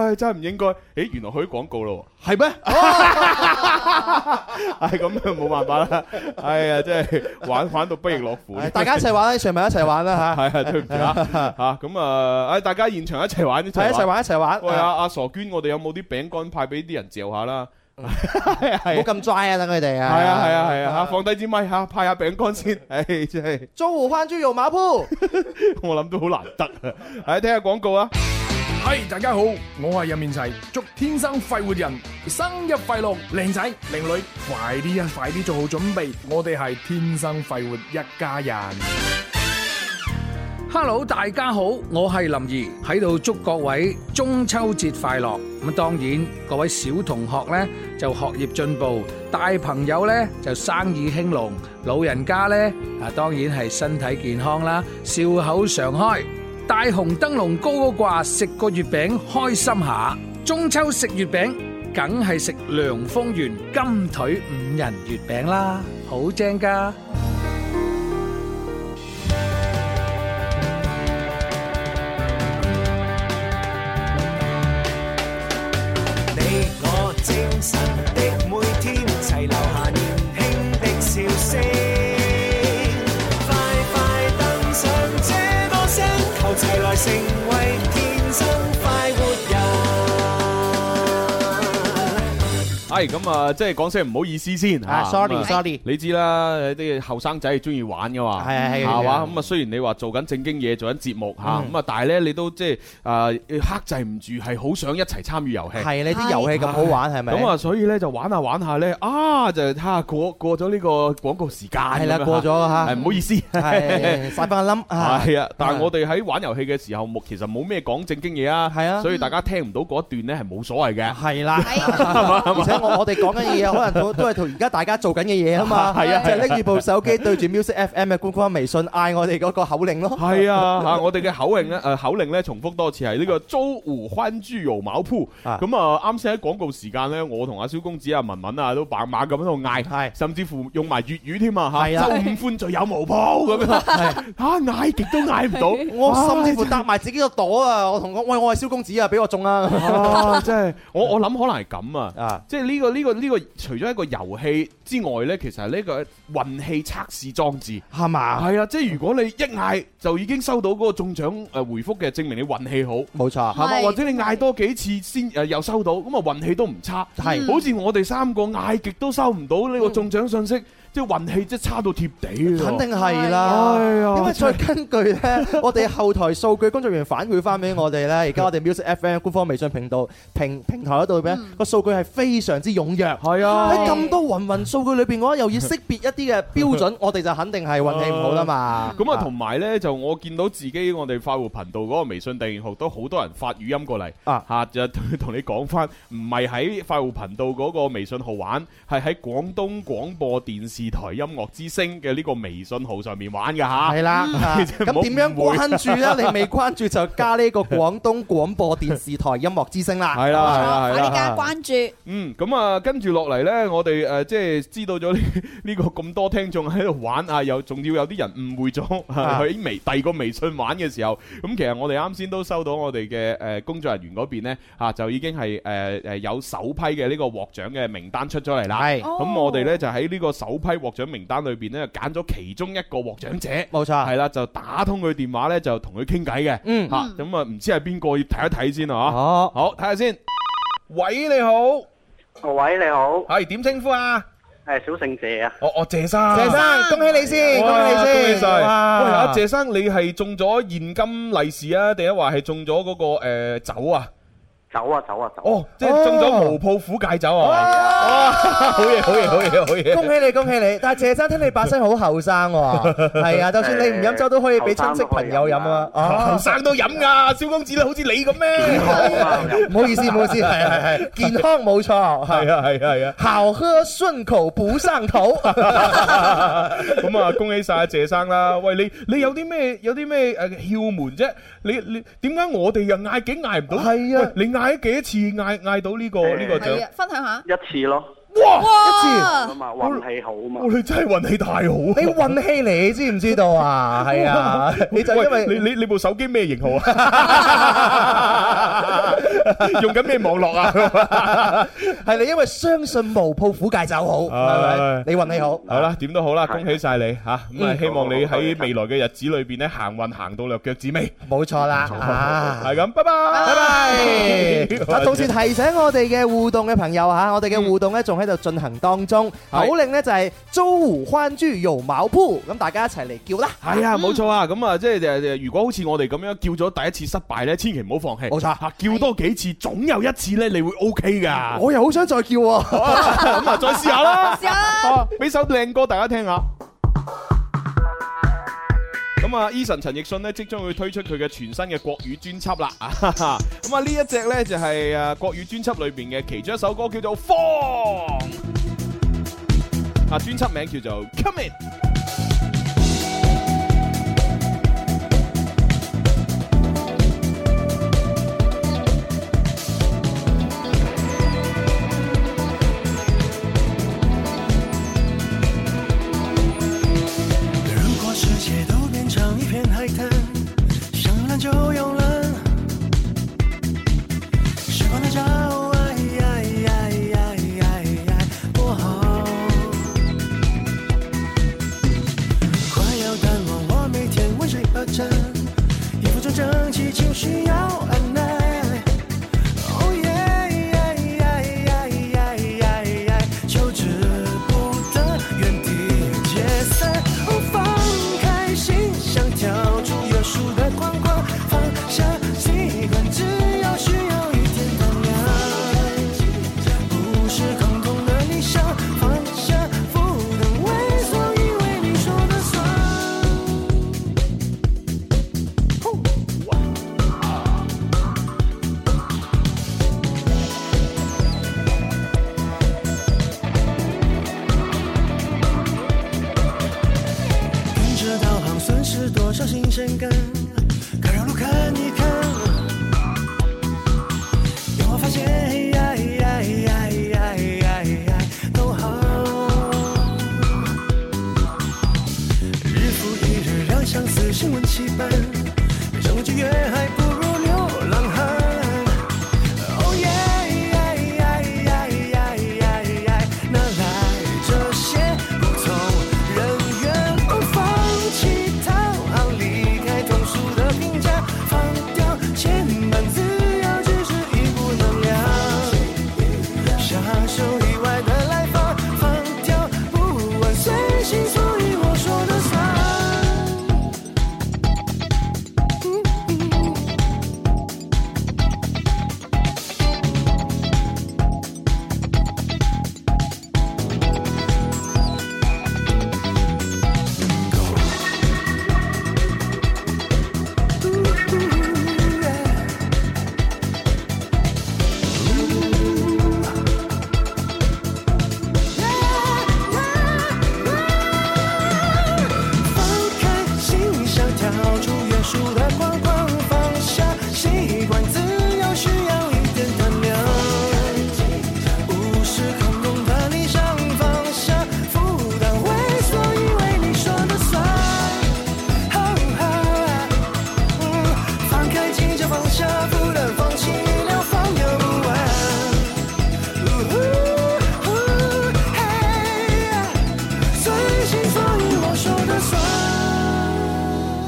C: 唉，真係唔應該。誒，原來去廣告咯
D: 係咩？哦
C: 喎，係咁樣冇辦法啦。哎呀，真係玩玩到不亦樂乎。
D: 係 大家一齊玩啦，上面一齊玩啦
C: 系啊，對唔住啊，吓咁啊，诶，大家現場一齊玩一
D: 嚇！係一齊
C: 玩。
D: 玩一齊玩，啊
C: 喂，阿阿傻娟，我哋有冇啲餅乾派俾啲人嚼下 啦？
D: 唔好咁 dry 啊！等佢
C: 係
D: 哋啊！
C: 啊，係啊，係啊，吓放低支咪吓，派下餅乾 先。唉，真係
D: 租湖翻豬肉馬鋪，
C: 我諗都好難得啊。係聽下廣告啊。
H: 嗨，大家好，我系任面齐，祝天生快活人生日快樂，靚仔靚女，快啲啊，快啲做好準備，我哋係天生快活一家人。
I: Hello，大家好，我係林怡，喺度祝各位中秋節快樂。咁當然，各位小同學呢就學業進步，大朋友呢就生意興隆，老人家呢啊當然係身體健康啦，笑口常開。大紅燈籠高高掛，食個月餅開心下。中秋食月餅，梗係食涼風園金腿五仁月餅啦，好正㗎！
B: 你我精神的每天，齊留下年輕的笑聲。快快登上這個星球，齊來成為天生快活人。
C: 係咁啊，即係講聲唔好意思先
D: 啊
C: 嚇
D: sorry，
C: 咁
D: sorry
C: 你知啦，啲後生仔係中意玩噶嘛，
D: 係係係嗯
C: 係嘛
D: 係
C: 咁啊。雖然你話做緊正經嘢，做緊節目嚇咁啊，但係咧你都即係啊克制唔住，係好想一齊參與遊戲。
D: 係你啲遊戲咁好玩係咪？
C: 咁啊，所以咧就玩下玩下咧，啊就睇下過過咗呢個廣告時間咁樣嚇，
D: 係啦，過咗啦
C: 係
D: 嚇，
C: 唔好意思。
D: 係晒翻冧啊！
C: 係啊，但係我哋喺玩遊戲嘅時候，目其實冇咩講正經嘢啊，
D: 係啊
C: 所以大家聽唔到嗰一段咧係冇所謂嘅。
D: 係啦，啊
E: 係
D: 而且我我哋講緊嘅嘢，可能都都係同而家大家做緊嘅嘢啊嘛。
C: 係啊
D: 就係拎住部手機對住 Music FM 嘅官方微信嗌我哋嗰個口 令咯。
C: 系啊，吓我哋嘅口令咧，诶口令咧重複多次係呢個租湖歡豬油毛鋪。
D: 啊
C: 咁啊，啱先喺廣告時間咧，我同阿蕭公子啊、文文啊都猛猛咁喺度嗌，
D: 係
C: 甚至乎用埋粵語添啊，
D: 係
C: 吓
D: 啊
C: 周五歡聚有毛鋪 咁樣， 吓嗌極都嗌唔到。
D: 我甚至乎搭埋自己個朵啊！我同我喂，我係蕭公子啊，俾我中啊！
C: 啊，真係我我諗可能係咁啊。
D: 啊，
C: 即係呢個呢個呢個，除咗一個遊戲之外呢，其實係呢個運氣測試裝置。
D: 係嘛？
C: 係啊，即係如果你一嗌就已經收到嗰個中獎誒回覆嘅，證明你運氣好。
D: 冇錯，
C: 係嘛？嗯
E: 係
C: 或者你嗌多幾次先誒又收到，咁啊運氣都唔差。
D: 係
C: 好似我哋三個嗌極都收唔到呢個中獎信息，即係運氣即係差到貼地啊！
D: 肯定係
C: 哎
D: 啦。
C: 呀，
D: 因為再根據 咧，我哋後台數據工作人員反饋翻俾我哋咧，而家我哋 Music FM 官方微信頻道平平台嗰度咧，個數據係非常之踴躍。
C: 係啊。
D: 喺咁多雲雲數據裏邊嘅話，又要識別一啲嘅 標準，我哋就肯定係運氣唔好啦嘛。
C: 咁啊，同埋呢，就我見到自己我哋快活頻道嗰個微信訂閱號都好多人發語音過嚟，
D: 啊
C: 嚇就同同你講翻，唔係喺快活頻道嗰個微信號玩，係喺廣東廣播電視台音樂之聲嘅呢個微信號上面玩㗎嚇。
D: 係啦，啊
C: 嗯唔好
D: 咁點樣
C: 誤會
D: 關注 呢？你未關注就加呢個廣東廣播電視台音樂之聲啦。
C: 係啦，係啦，
D: 啊
C: 係
E: 快
C: 啦
E: 啲。加關注，
C: 嗯，咁啊，跟住落嚟呢，我哋呃誒即係知道咗呢 呢個咁多聽眾喺度玩啊，又仲要有啲人誤會咗啊
D: 啊
C: 喺微第二個微信玩嘅時候，咁其實我哋啱先都收到我哋嘅誒工作人員嗰邊呢，啊就已經係誒誒有首批嘅呢個獲獎嘅名單出咗嚟啦。
D: 係
E: 哦
C: 咁我哋呢，就喺呢個首批獲獎名單裏邊呢，揀咗其中一個獲獎者，
D: 冇錯，
C: 係啦，就打通佢電話呢，就同佢傾偈嘅。
D: 啊嗯
C: 嚇咁啊，唔知係邊個要睇一睇先啊？嚇
D: 哦，
C: 好，睇下先。喂，你好。
F: 喂，你好，
C: 系點稱呼啊？
F: 誒小聖姐啊，
C: 哦哦，謝生
D: 謝生，恭喜你先，恭喜你
C: 哇
D: 先，
C: 恭喜晒！喂，
D: 哇
C: 阿謝生，你係中咗現金利是啊，定係話係中咗嗰個诶酒啊？
F: 走啊走啊走！
C: 哦，即係中咗無泡苦戒酒啊？哇，好嘢，好嘢，好嘢，好嘢！
D: 恭喜你，恭喜你！但係謝生聽你把聲好後生 喎，係啊，就算你唔飲酒都可以俾親戚朋友飲啊。
C: 後
D: 哦，
C: 生都飲噶，蕭公子都好似你咁咩？
D: 唔好意思，唔好 意思，係係係，健康冇錯，係
C: 係啊，係啊，係啊！
D: 好喝順口不上頭。
C: 咁啊，恭喜晒阿謝生啦！喂，你你有啲咩有啲咩诶窍門啫？你你點解我哋又嗌幾嗌唔到？
D: 係啊
C: 喂你嗌咗幾多次嗌嗌到呢個呢個獎
E: 係？啊，分享下。
F: 一次咯，
C: 哇！
E: 哇！
F: 咁啊運氣好嘛
C: 哇！，你真係運氣太好啊！
D: 你運氣嚟，你知唔知道啊？係啊，你就因
C: 喂
D: 為
C: 你你你部手機咩型 號啊？用緊咩網 絡啊？
D: 係你因為相信無泡苦戒酒好，係
C: 唉
D: 咪？你運氣好。
C: 好啦，點都好啦，恭喜晒你吓，咁啊
D: 嗯
C: 希望你喺未來嘅日子裏邊咧行運行到落腳趾尾，
D: 冇錯啦，啊
C: 係咁，拜 拜嗯
D: 拜 拜！啊，同時提醒我哋嘅互動嘅朋友啊嚇，我哋嘅互動咧仲喺度進行當中，
C: 係
D: 口令咧就係租湖歡豬油毛鋪，咁大家一齊嚟叫啦！
C: 係啊，冇錯啊，咁啊，即係誒誒如果好似我哋咁樣叫咗第一次失敗咧，千祈唔好放棄，
D: 冇錯
C: 嚇叫多幾次，總有一次咧，你會 O K 噶，
D: 我又好想再叫喎，
C: 咁啊，再試下啦。
E: 試下
C: 哦，俾首靚歌大家聽下。咁啊，Eason 陳奕迅咧即將會推出佢嘅全新嘅國語專輯啦。 啊哈哈咁啊，呢一隻咧就啊係誒國語專輯裏邊嘅其中一首歌叫做《放》，啊，專輯名叫做《Come In》。
B: 如果世界都变成一片海滩，想蓝就有蓝。时光的照，哎呀呀呀呀呀，多好！哦哦相信生根，可让路看一看。让我发现，哎哎哎哎哎哎都好。日复一日，让相思升温七分，生活之约还不如流浪汉。哦耶！哪来这些不从人愿不放弃讨好，离开通俗的评价，放掉牵绊，自由只是一股能量，享受意外的来访，放掉不安，随心所欲，我说的算。放开心想跳出约束的框框，放下习惯，自由需要一点胆量。无视空洞的理想，放下负担，为所以为你说的算。放开紧张，放下不能放弃了，放又不完。随心所欲，我说的算。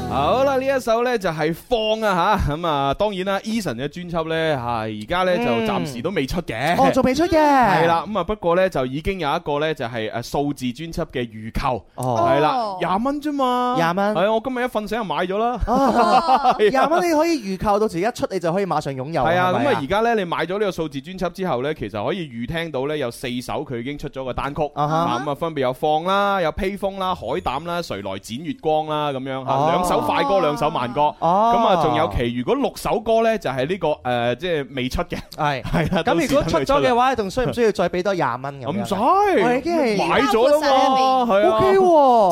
C: 好啦，呢一首呢就係放啊吓，咁啊當然啦，Eason 嘅專輯呢，吓而家呢就
D: 嗯
C: 暫時都未出嘅。
D: 哦，仲未出嘅，
C: 系
D: 系
C: 啦，，咁啊不過呢，就已經有一個呢，就係诶數字專輯嘅預購，
D: 哦
C: 係啦廿蚊啫嘛，
D: 廿蚊
C: 係啊，我今日一瞓醒就買咗啦。
D: 啊廿蚊你可以預購到自己一出你就可以馬上擁 有，
C: 哎係啊，
D: 係
C: 咁
D: 咪
C: 啊而家呢，你買咗呢個數字專輯之後呢，其實可以預聽到呢，有四首佢已經出咗個單曲，
D: 啊哈
C: 啊咁啊分別有放啦、有披風啦、海膽啦、誰來剪月光啦咁樣
D: 哦
C: 嚇，兩首快歌，兩首慢歌。
D: 哦，
C: 咁啊，仲有其餘嗰六首歌呢，就係呢個誒，即係未出嘅，
D: 係。
C: 係啦。
D: 咁如果出咗嘅
C: 話，
D: 話，仲需唔需要再俾多廿蚊咁
C: 唔
D: 樣
C: 使，
D: 啊？我已經係
C: 買咗啦嘛，係啊
D: OK 喎，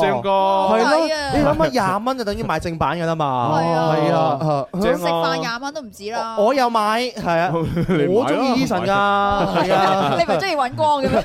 C: 正
D: 係
C: 哥，
D: 咯
E: 係啊，
D: 你諗下廿蚊就等於買正版㗎啦嘛，
E: 係啊
D: 係啊，
C: 正
E: 食
C: 啊
E: 飯廿蚊都唔止啦。
D: 我有買，係啊，
C: 你
D: 我
C: 買啦
D: 中意 Eason 㗎，係 啊
E: 你。咪中意揾光 嘅咩？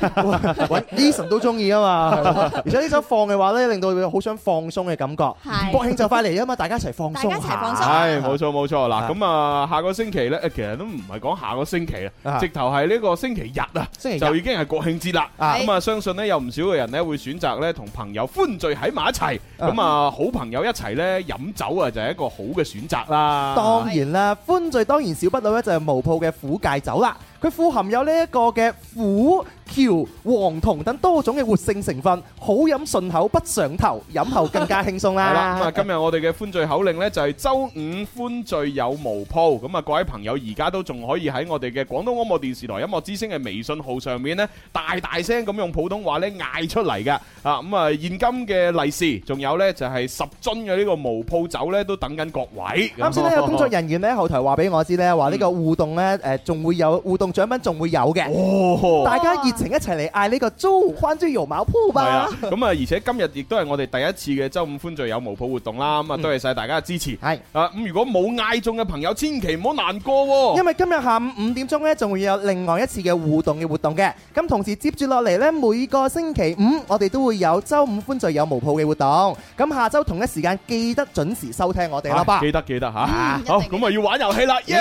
D: 揾 Eason 都中意啊嘛，而且呢首放嘅話咧，令到佢好想放鬆嘅感覺。
E: 係
D: 國慶就快嚟啊嘛，大家一齊放鬆
E: 大家一齊放鬆
D: 下
C: 係冇錯冇錯
D: 啊
C: 嗱，咁啊下個星期呢，誒其實都唔係講下個星期
D: 啊
C: 啦，直頭係呢個星期日啊，
D: 星期日
C: 就已經係國慶節啦。
D: 啊
C: 咁啊，相信呢，有唔少嘅人呢會選擇呢同朋友歡聚喺埋一齊，
D: 啊
C: 咁啊好朋友一齊呢飲酒啊就係一個好嘅選擇啦。
D: 當然啦，歡聚當然少不到咧，就係無泡嘅苦芥酒啦。佢富含有呢一個嘅苦、喬、黃酮等多種嘅活性成分，好飲順口不上頭，飲後更加輕鬆
C: 系啦，咁
D: 啦
C: 啊，。今日我哋嘅歡聚口令呢，就係周五歡聚有無鋪，咁啊，各位朋友而家都仲可以喺我哋嘅廣東廣播電視台音樂之聲嘅微信號上面呢，大大聲咁用普通話呢嗌出嚟嘅，啊，咁啊，現今嘅利是，仲有呢，就係十樽嘅呢個無鋪酒呢，都等緊各位。
D: 啱先咧有工作人員咧後台話俾我知咧，話呢個互動咧誒仲會有互動獎品，仲會有嘅。
C: 哦。
D: 大家熱情一齊嚟嗌呢個租歡追油馬鋪
C: 係啊
D: 吧！，
C: 咁啊，而且今日亦都係我哋第一次嘅周五歡聚有無鋪活動啦，咁啊，多謝晒大家嘅支持。
D: 係。
C: 啊，咁如果冇嗌中嘅朋友，千祈唔好難過喎。
D: 因為今日下午五點鐘咧，仲會有另外一次嘅互動嘅活動嘅。咁同時接住落嚟呢，每個星期五我哋都會有周五歡聚有無鋪嘅活動。咁下周同一時間記得準時收聽我哋啦
C: 啊
D: 吧。
C: 記得記得吓，
E: 嗯
C: 好
E: 一定
C: 咁啊要玩遊戲啦！耶！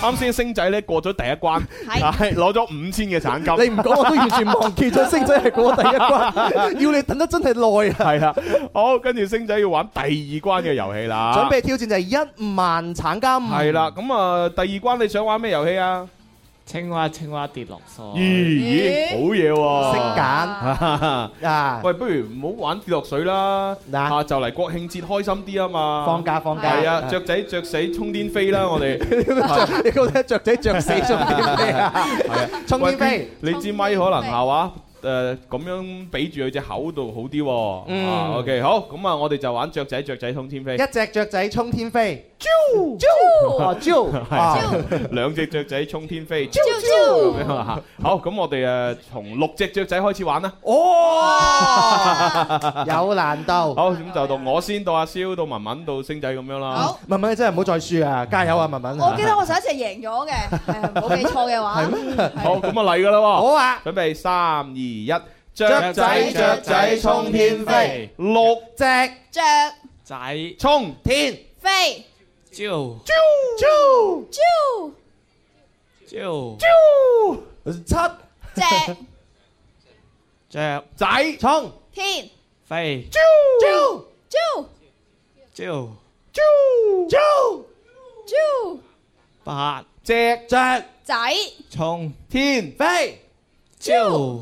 C: 啱先星仔咧過咗第一關，
E: 係
C: 係攞咗五千嘅獎
D: 你
C: 金。
D: 唔講我都完全忘記咗星仔係過第一 關，要你等得真係耐啊！
C: 係啦，好，跟住星仔要玩第二關嘅遊戲啦。
D: 準備挑戰就係一萬橙金，
C: 係啦，咁啊第二關你想玩咩遊戲啊？
J: 青蛙青蛙跌落水。
C: 咦，
E: 咦
C: 好嘢喎！
D: 識揀
E: 哦
C: 揀。
D: 啊！
C: 喂，不如唔好玩跌落水啦，
D: 嗱
C: 啊就嚟國慶節開心啲啊嘛！
D: 放假放假，
C: 係啊，雀仔雀死衝天飛啦，我哋係
D: à? 你覺得雀仔雀死咗啲咩啊？衝
C: 喂
D: 天飛，
C: 你支咪可能係嘛？誒咁樣俾住佢隻口度好啲喎。
D: 嗯
C: 啊，OK，好，咁啊，我哋就玩雀仔，雀仔通天飛。
D: 一隻雀仔衝天飛，啾啾啊啾啊！
C: 係 兩隻雀仔衝天飛，
D: 啾啾
C: 咁樣啊好，咁我哋誒從六隻雀仔開始玩啦。
D: 哦，有難度。
C: 好，咁就到我先，到阿蕭，到文文，到星仔咁樣啦。
D: 文文你真係唔好再輸啊！加油啊，文文！
E: 我記得我上一次係贏咗嘅，係啊冇記錯嘅話。
C: 好，咁啊嚟噶啦喎！好
D: 啊，
C: 準備三二一，
D: 雀仔雀仔衝天飛，
C: 六
D: 隻
E: 雀
C: 仔衝
D: 天
E: 飛，
K: Chiều
E: 啾啾啾
K: Chiều
D: 啾七
E: 隻
K: Chẹp
C: 仔
D: 衝
E: 天
K: Phầy
D: 啾啾
E: 啾
K: Chiều
D: 啾啾
E: 啾
K: Bạt
C: 隻
D: 隻
E: 仔，
K: Trông
C: 天
D: 飛
K: Chiều
C: 誒誒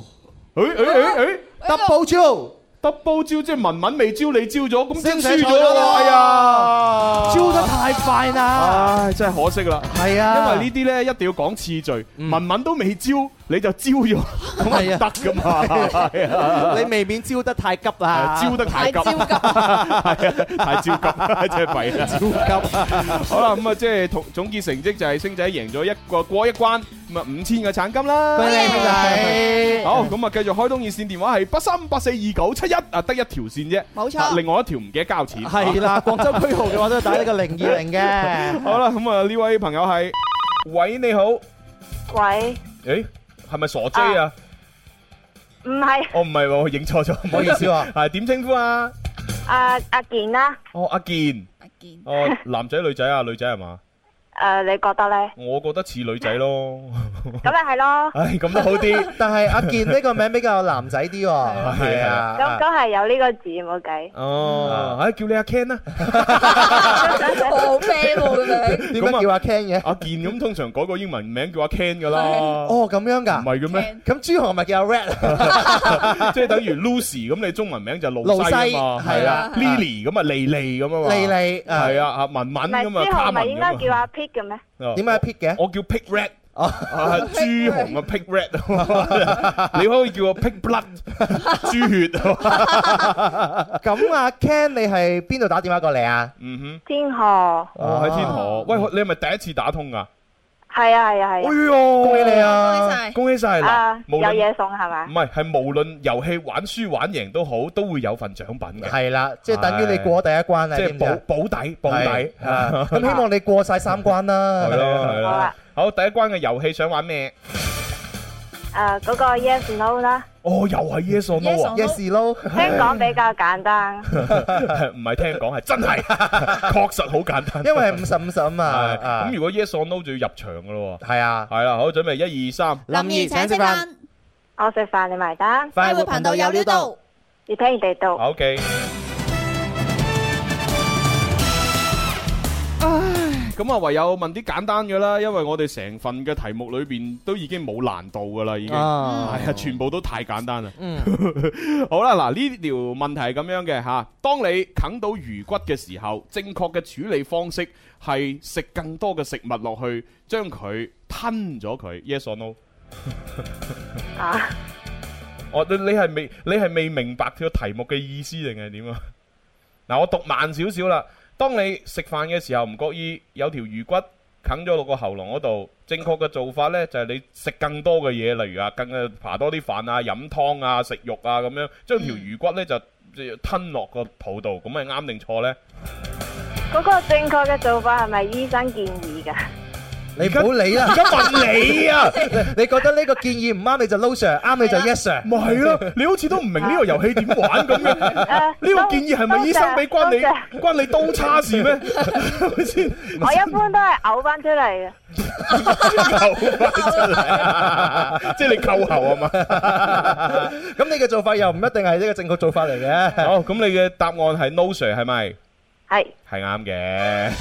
C: 誒
D: 誒，double 招
C: ，double 招即係文文未招，你招咗，咁即係輸咗
D: 星仔錯咗
C: 喎！
D: 啦
C: 哎呀，
D: 招得太快啦！
C: 唉，真係可惜啦。
D: 係啊
C: 因為呢啲咧一定要講次序，文文都未招，你就招 咗，咁係得噶嘛？係啊
D: 你未免招得太急啦！
C: 招得太急，係啊，太焦急， 真係弊啦！
D: 焦急。
C: 好啦，咁啊，即係同總結成績就係星仔贏咗一個過一關，咁啊五千嘅產金啦！
D: 恭喜星仔
C: 好，咁啊繼續開通熱線電話係八三八四二九七一啊，得一條線啫，
E: 冇錯
C: 啊另外一條唔記得交錢。
D: 係啦，廣州區號嘅話都係打呢個零二零嘅。
C: 好啦，咁啊呢位朋友係，喂你好，
L: 喂，
C: 誒係咪傻 J 啊？
L: 唔係
C: 哦，唔係喎，我影錯咗，唔好意思啊。 係點稱呼啊？
L: 阿阿健啦，
C: 哦，阿健。阿健。哦，男仔女仔啊，女仔係嘛？
L: 誒，你覺得咧？
C: 我覺得似女仔咯。
L: 咁咪係咯，
C: 唉，咁都好啲。
D: 但係阿健呢個名比較男仔啲喎，係
L: 咁
D: 啊
L: 都。係有呢個字冇 計。
C: 哦，唉，叫你阿 Ken 啦。
L: 好
D: 點解叫阿 Ken 嘅？
C: 阿健咁通常改個英文名叫阿 Ken 噶啦。
D: 哦，咁樣㗎。
C: 唔係嘅咩？
D: 咁朱紅咪叫阿 Red
C: 即係等於 Lucy 咁，你中文名就露西啊嘛，
D: 露西係
C: 啊
D: 啊
C: ，Lily 咁啊，莉莉咁啊嘛，
D: 莉莉啊
C: 係啊，啊文文
L: 唔係
C: 咁啊，
L: 之
C: 卡
L: 後
C: 文
L: 咪應該
C: 咁
L: 叫
C: 啊。
L: 阿 Pete 嘅咩？
D: 點解 pick 嘅？
C: 我叫 pick red。啊！Ờ, 朱紅啊，pick red 你可以叫我 pick blood，豬血。
D: 咁阿 Ken 你係邊度打電話過嚟啊？
C: 嗯
L: 天河，
C: 哼，我喺天河。喂，你係咪第一次打通啊？
L: 係啊係啊係
C: 哎
L: 啊。
C: 呦，
D: 恭喜你啊恭喜
L: 晒
C: 恭喜晒！嗱
L: 啊，，
C: 無
L: 有
C: 論
L: 嘢送係
C: 唔
L: 嘛？
C: 係係無論遊戲玩輸玩贏都好，都會有份獎品嘅。
D: 係啦，即係等於你過第一關啦，
C: 即
D: 知
C: 係
D: 唔知啊
C: 保保底保底
D: 係。 啊咁希望你過晒三 關啦。
C: 係咯係
L: 好
C: 咯
L: 啊。
C: 好，第一關嘅遊戲想玩咩？
L: 誒，啊嗰個 Yes No 啦，
C: 哦，又係 yes or no 啊
D: Yes no，
L: 聽講比較簡單。
C: 唔係聽講係真 係，確實好簡單。
D: 因為五十五十啊嘛。
C: 係
D: 啊
C: 咁如果 yes or no 就要入場噶咯喎。
D: 係啊，
C: 係啦，好，準備一二三。
D: 林怡請食飯，
L: 我食飯你埋單，
D: 快活頻道有料到。
L: 越聽越地道。
C: O K。唉，咁啊，唯有問啲簡單嘅啦，因為我哋成份嘅題目裏邊都已經冇難度噶啦，已經係
D: 啊
C: 啊，全部都太簡單啦。 好啦，嗱呢條問題係咁樣嘅吓，當你啃到魚骨嘅時候，正確嘅處理方式係食更多嘅食物落去，將佢吞咗佢。Yes or no？
L: 啊，
C: 我你你係未你係未明白佢個題目嘅意思定係點啊？ 嗱，我讀慢少少啦。當你食飯嘅時候唔覺意有條魚骨啃咗落個喉嚨嗰度，正確嘅做法呢就係你食更多嘅嘢，例如啊，更誒扒多啲飯啊、飲湯啊、食肉啊咁樣，將條魚骨呢就就吞落個肚度，咁係啱定錯 呢？
L: 嗰個正確嘅做法係咪醫生建議㗎？
D: 你唔好理啦，
C: 而家問你啊！
D: 你覺得呢個建議唔啱你就 no sir，啱你就 yes sir。
C: 咪係咯，你好似都唔明呢個遊戲點玩 咁樣。啊
L: 啊
C: 呢個建議係咪醫生俾關
L: 多謝
C: 你關你刀叉事 咩？係咪先？
L: 我一般都係嘔翻出嚟嘅。
C: 即係你扣喉啊嘛？
D: 咁你嘅做法又唔一定係呢個正確做法嚟嘅。
C: 好，咁你嘅答案係 no sir 係咪？
L: 係
C: 係啱嘅。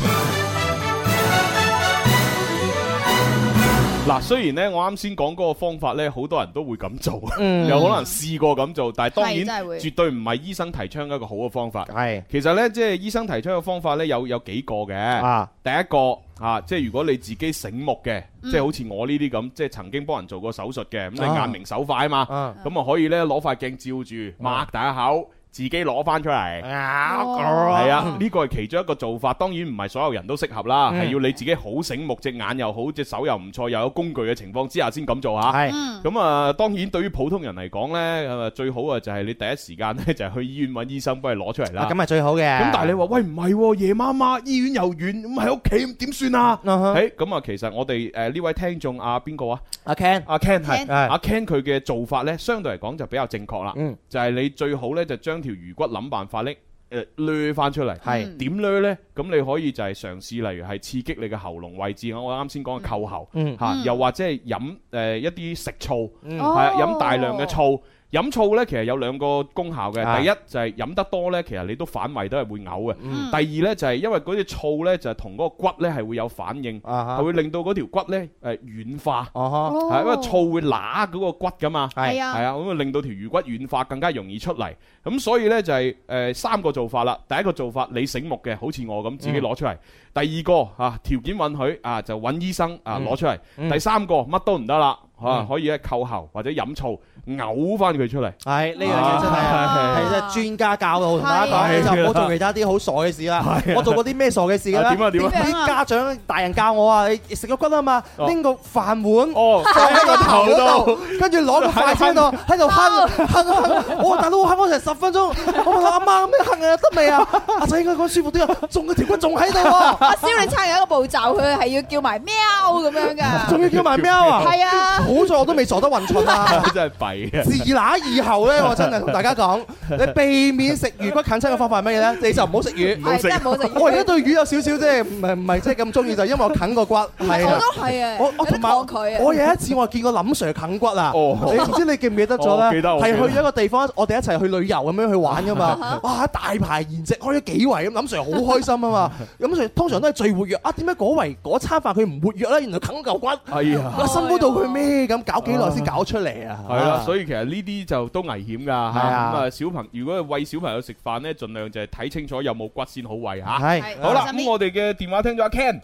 C: 嗱，雖然咧，我啱先講嗰個方法咧，好多人都會咁做，
K: 嗯
C: 有可能試過咁做，但係當
K: 係真係會
C: 然絕對唔係醫生提倡一個好嘅方法。係，其實咧，即係醫生提倡嘅方法咧，有有幾個嘅。
D: 啊，
C: 第一個啊，即係如果你自己醒目嘅，
D: 嗯
C: 即係好似我呢啲咁，即係曾經幫人做過手術嘅，咁你
D: 啊
C: 眼明手快啊嘛，咁啊可以咧攞塊鏡照住，擘大口。自己攞翻出嚟，
D: 啊
C: 係啊，呢個係其中一個做法，當然唔係所有人都適合啦，
K: 嗯
C: 係要你自己好醒目，隻眼又好，隻手又唔錯，又有工具嘅情況之下先咁做嚇。
K: 係嗯
C: 咁啊，當然對於普通人嚟講呢，誒最好啊就係你第一時間呢， 就係去醫院揾醫生幫你攞出嚟啦。
D: 啊咁咪最好嘅。
C: 咁但係你話喂唔係喎，夜媽媽醫院又遠，咁喺屋企點算啊？
D: Ờ
C: 誒咁啊，其實我哋誒呢位聽眾啊邊個啊？
D: 阿 Ken，
C: 阿 Ken 係
D: Ken
C: 阿 Ken 佢嘅做法呢，相對嚟講就比較正確啦
D: 嗯。
C: 就係你最好呢，就將條魚骨諗辦法呢。誒掠翻出嚟，係點掠呢？咁你可以就係嘗試，例如係刺激你嘅喉嚨位置，我啱先講嘅扣喉
K: 嗯
C: 嚇
K: 嗯，
C: 又或者係飲誒一啲食醋，
K: 嗯
C: 係啊，飲
K: 哦
C: 大量嘅醋。飲醋呢，其實有兩個功效
K: 啊
C: 嘅，第一就係飲得多呢，其實你都反胃都係會嘔嘅。
K: 嗯
C: 第二呢，就係因為嗰啲醋呢，就係同嗰個骨呢係會有反應，
D: 啊
C: 係會令到嗰條骨呢誒軟化，
E: 哦
C: 係因為醋會揦嗰個骨噶嘛，
K: 係
E: à.
K: 啊
C: 係啊，咁啊令到條魚骨軟化更加容易出嚟。咁所以呢，就係誒三個做法啦，第一個做法你醒目嘅，好似我咁自己攞出嚟；第二個啊條件允許啊就揾醫生啊
K: 嗯
C: 攞出嚟；
K: 嗯
C: 第三個乜都唔得啦。啊
K: 嗯，
C: 可以咧扣喉或者飲醋，嘔翻佢出嚟。
D: 係呢樣嘢真係
C: 啊
D: 係真係專家教我同大家講，你就唔好做其他啲好傻嘅事啦。我做過啲咩傻嘅事嘅
C: 啊
D: 咧？
C: 點啊點啊
D: 啲家長大人教我啊，你食咗骨啊嘛，
C: 哦
D: 拎個飯碗
C: 哦
D: 放喺個頭嗰
C: 頭
D: 度
C: 度，
D: 跟住攞個筷子喺度 喺度哼哼哼。我話大佬我哼咗成十分鐘， 我問我阿媽咩哼啊得未啊？阿仔應該講舒服啲啊，仲個條骨仲喺度喎。
E: 阿蕭，你參與一個步驟，佢係要叫埋喵咁樣㗎。
D: 仲要叫埋喵啊！
E: 係啊
D: 好在我都未傻得混蠢 啊！
C: 真係弊啊！
D: 自那以後 咧，我真係同大家講，你避免食魚骨近親嘅方法係乜嘢咧？你就唔好食 魚，
E: 唔好食係真係唔好食魚
D: 我而家對魚有少少即係唔係唔係即係咁中意，就係因為 我啃過骨，係
E: 我都係啊
D: 我我同埋
E: 有啲抗拒啊
D: 我有一次我見過林 Sir 啃骨啊，
C: 哦
D: 你唔知你記唔記得咗
C: 哦記
D: 咧？
C: 得我記得
D: 係去咗一個地方，我哋一齊去旅遊咁樣去玩噶嘛
C: 啊。
D: 哇！大排筵席開咗幾圍咁，林 Sir 好開心啊嘛。林 Sir 通常都係最活躍啊，點解嗰圍嗰餐飯佢唔活躍咧？原來啃 嚿骨，
C: 係啊
D: 我辛苦到佢咩咁，搞幾耐先搞出嚟啊？
C: 係啦，所以其實呢啲就都危險㗎嚇。咁
D: 啊
C: 啊，小朋如果係喂小朋友食飯呢，盡量就係睇清楚有冇骨先好喂嚇。
D: 係
C: 好啦，
E: 小心啲
C: 咁我哋嘅電話聽咗阿 Ken，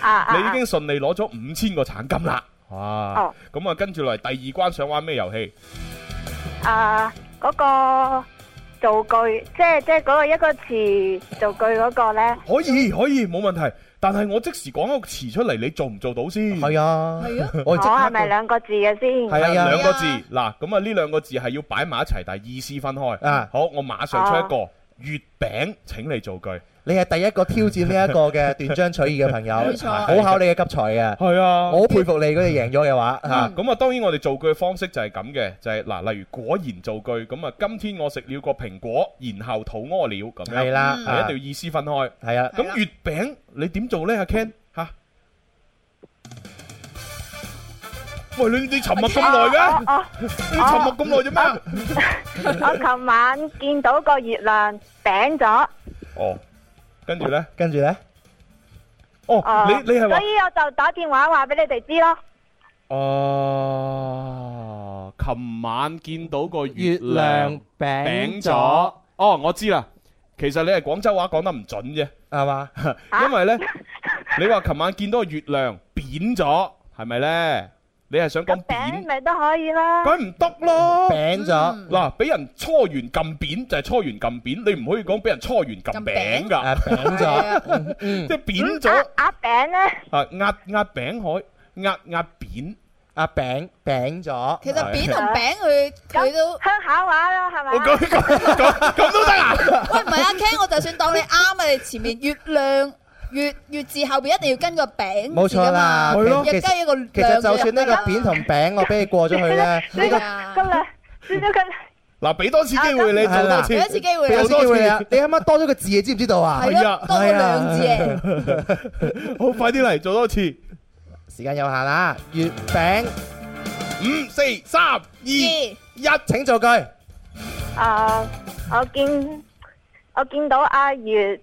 E: 啊啊
C: 你已經順利攞咗五千個橙金啦。哇
L: 哦！
C: 咁啊，跟住嚟第二關想玩咩遊戲？
L: 啊，嗰個造句，即係即係嗰個一個詞造句嗰個咧，
C: 可以可以冇問題，但係我即時講一個詞出嚟，你做唔做到先？
D: 係啊，
C: 係啊
L: 我係咪兩個字嘅先？
C: 係啊，兩個字嗱，咁啊呢兩個字係要擺埋一齊，但係意思分開。
D: 啊
C: 好，我馬上出一個月餅，請你造句。
D: 你係第一個挑戰呢一個嘅斷章取義嘅朋友，
C: 冇錯
D: 好考你嘅急才嘅。
C: 係啊，
D: 我好佩服你，如果你贏咗嘅話
C: 啊
D: 嚇，
C: 咁啊，當然我哋造句嘅方式就係咁嘅，就係嗱，例如果然造句，咁啊，今天我食了個蘋果，然後肚屙了，咁樣
D: 係啦
C: 嗯
D: 啊
C: 係一定要意思分開。
D: 係啊，
C: 咁月餅你點做呢？阿 Ken 吓，喂，你你沉默咁耐嘅，
L: 哦
C: 你沉默咁耐做咩啊？
L: 我琴晚見到個月亮餅咗，
C: 哦，跟住呢？
D: 跟住呢？
C: 哦，你你係話
L: 所以我就打電話話俾你哋知咯。
C: 哦，琴晚見到個月
D: 亮餅咗
C: 餅咗。哦，我知啦。其實你係廣州話講得唔準啫，
D: 係嘛？
C: 因為呢，你話琴晚見到個月亮扁咗，係咪呢？你係想講扁？
L: 咪都可以啦。
C: 梗唔得咯，
D: 餅咗
C: 嗱，俾人搓完撳扁就係搓完撳扁，你唔可以講俾人搓完撳餅㗎，
D: À, 餅
C: 咗，即
D: 嗯
C: 係扁咗。
E: 嗯
L: 壓餅咧，
C: 啊，壓壓餅海，壓壓扁，
D: 壓餅餅咗。
E: 其實 扁同餅佢佢都
L: 鄉下話啦，係咪？
E: 喂，唔係啊，Ken，我就算當你啱啊，你前面月亮。月月字後邊一定要跟個餅
D: 冇
E: 字㗎
D: 錯啦，
E: 嘛，
D: 其
E: 又
D: 其
E: 跟一個
D: 實
E: 亮
D: 其實就
E: 字
D: 算呢個扁同餅，我俾你過咗去咧，呢個
L: 個啦，算咗佢。
C: 嗱，俾多次機
E: 啊
C: 會你做多次，
E: 俾多次機會你
D: 俾多次機會你啊！你啱啱多咗個字，你知唔知道啊？
E: 係咯係啊多咗兩 字耶
C: 好，快啲嚟做多次。
D: 時間有限啦，月餅
C: 五四三二
L: 一，
D: 請造句。
L: 啊，我見我見到阿 Ừ, 月，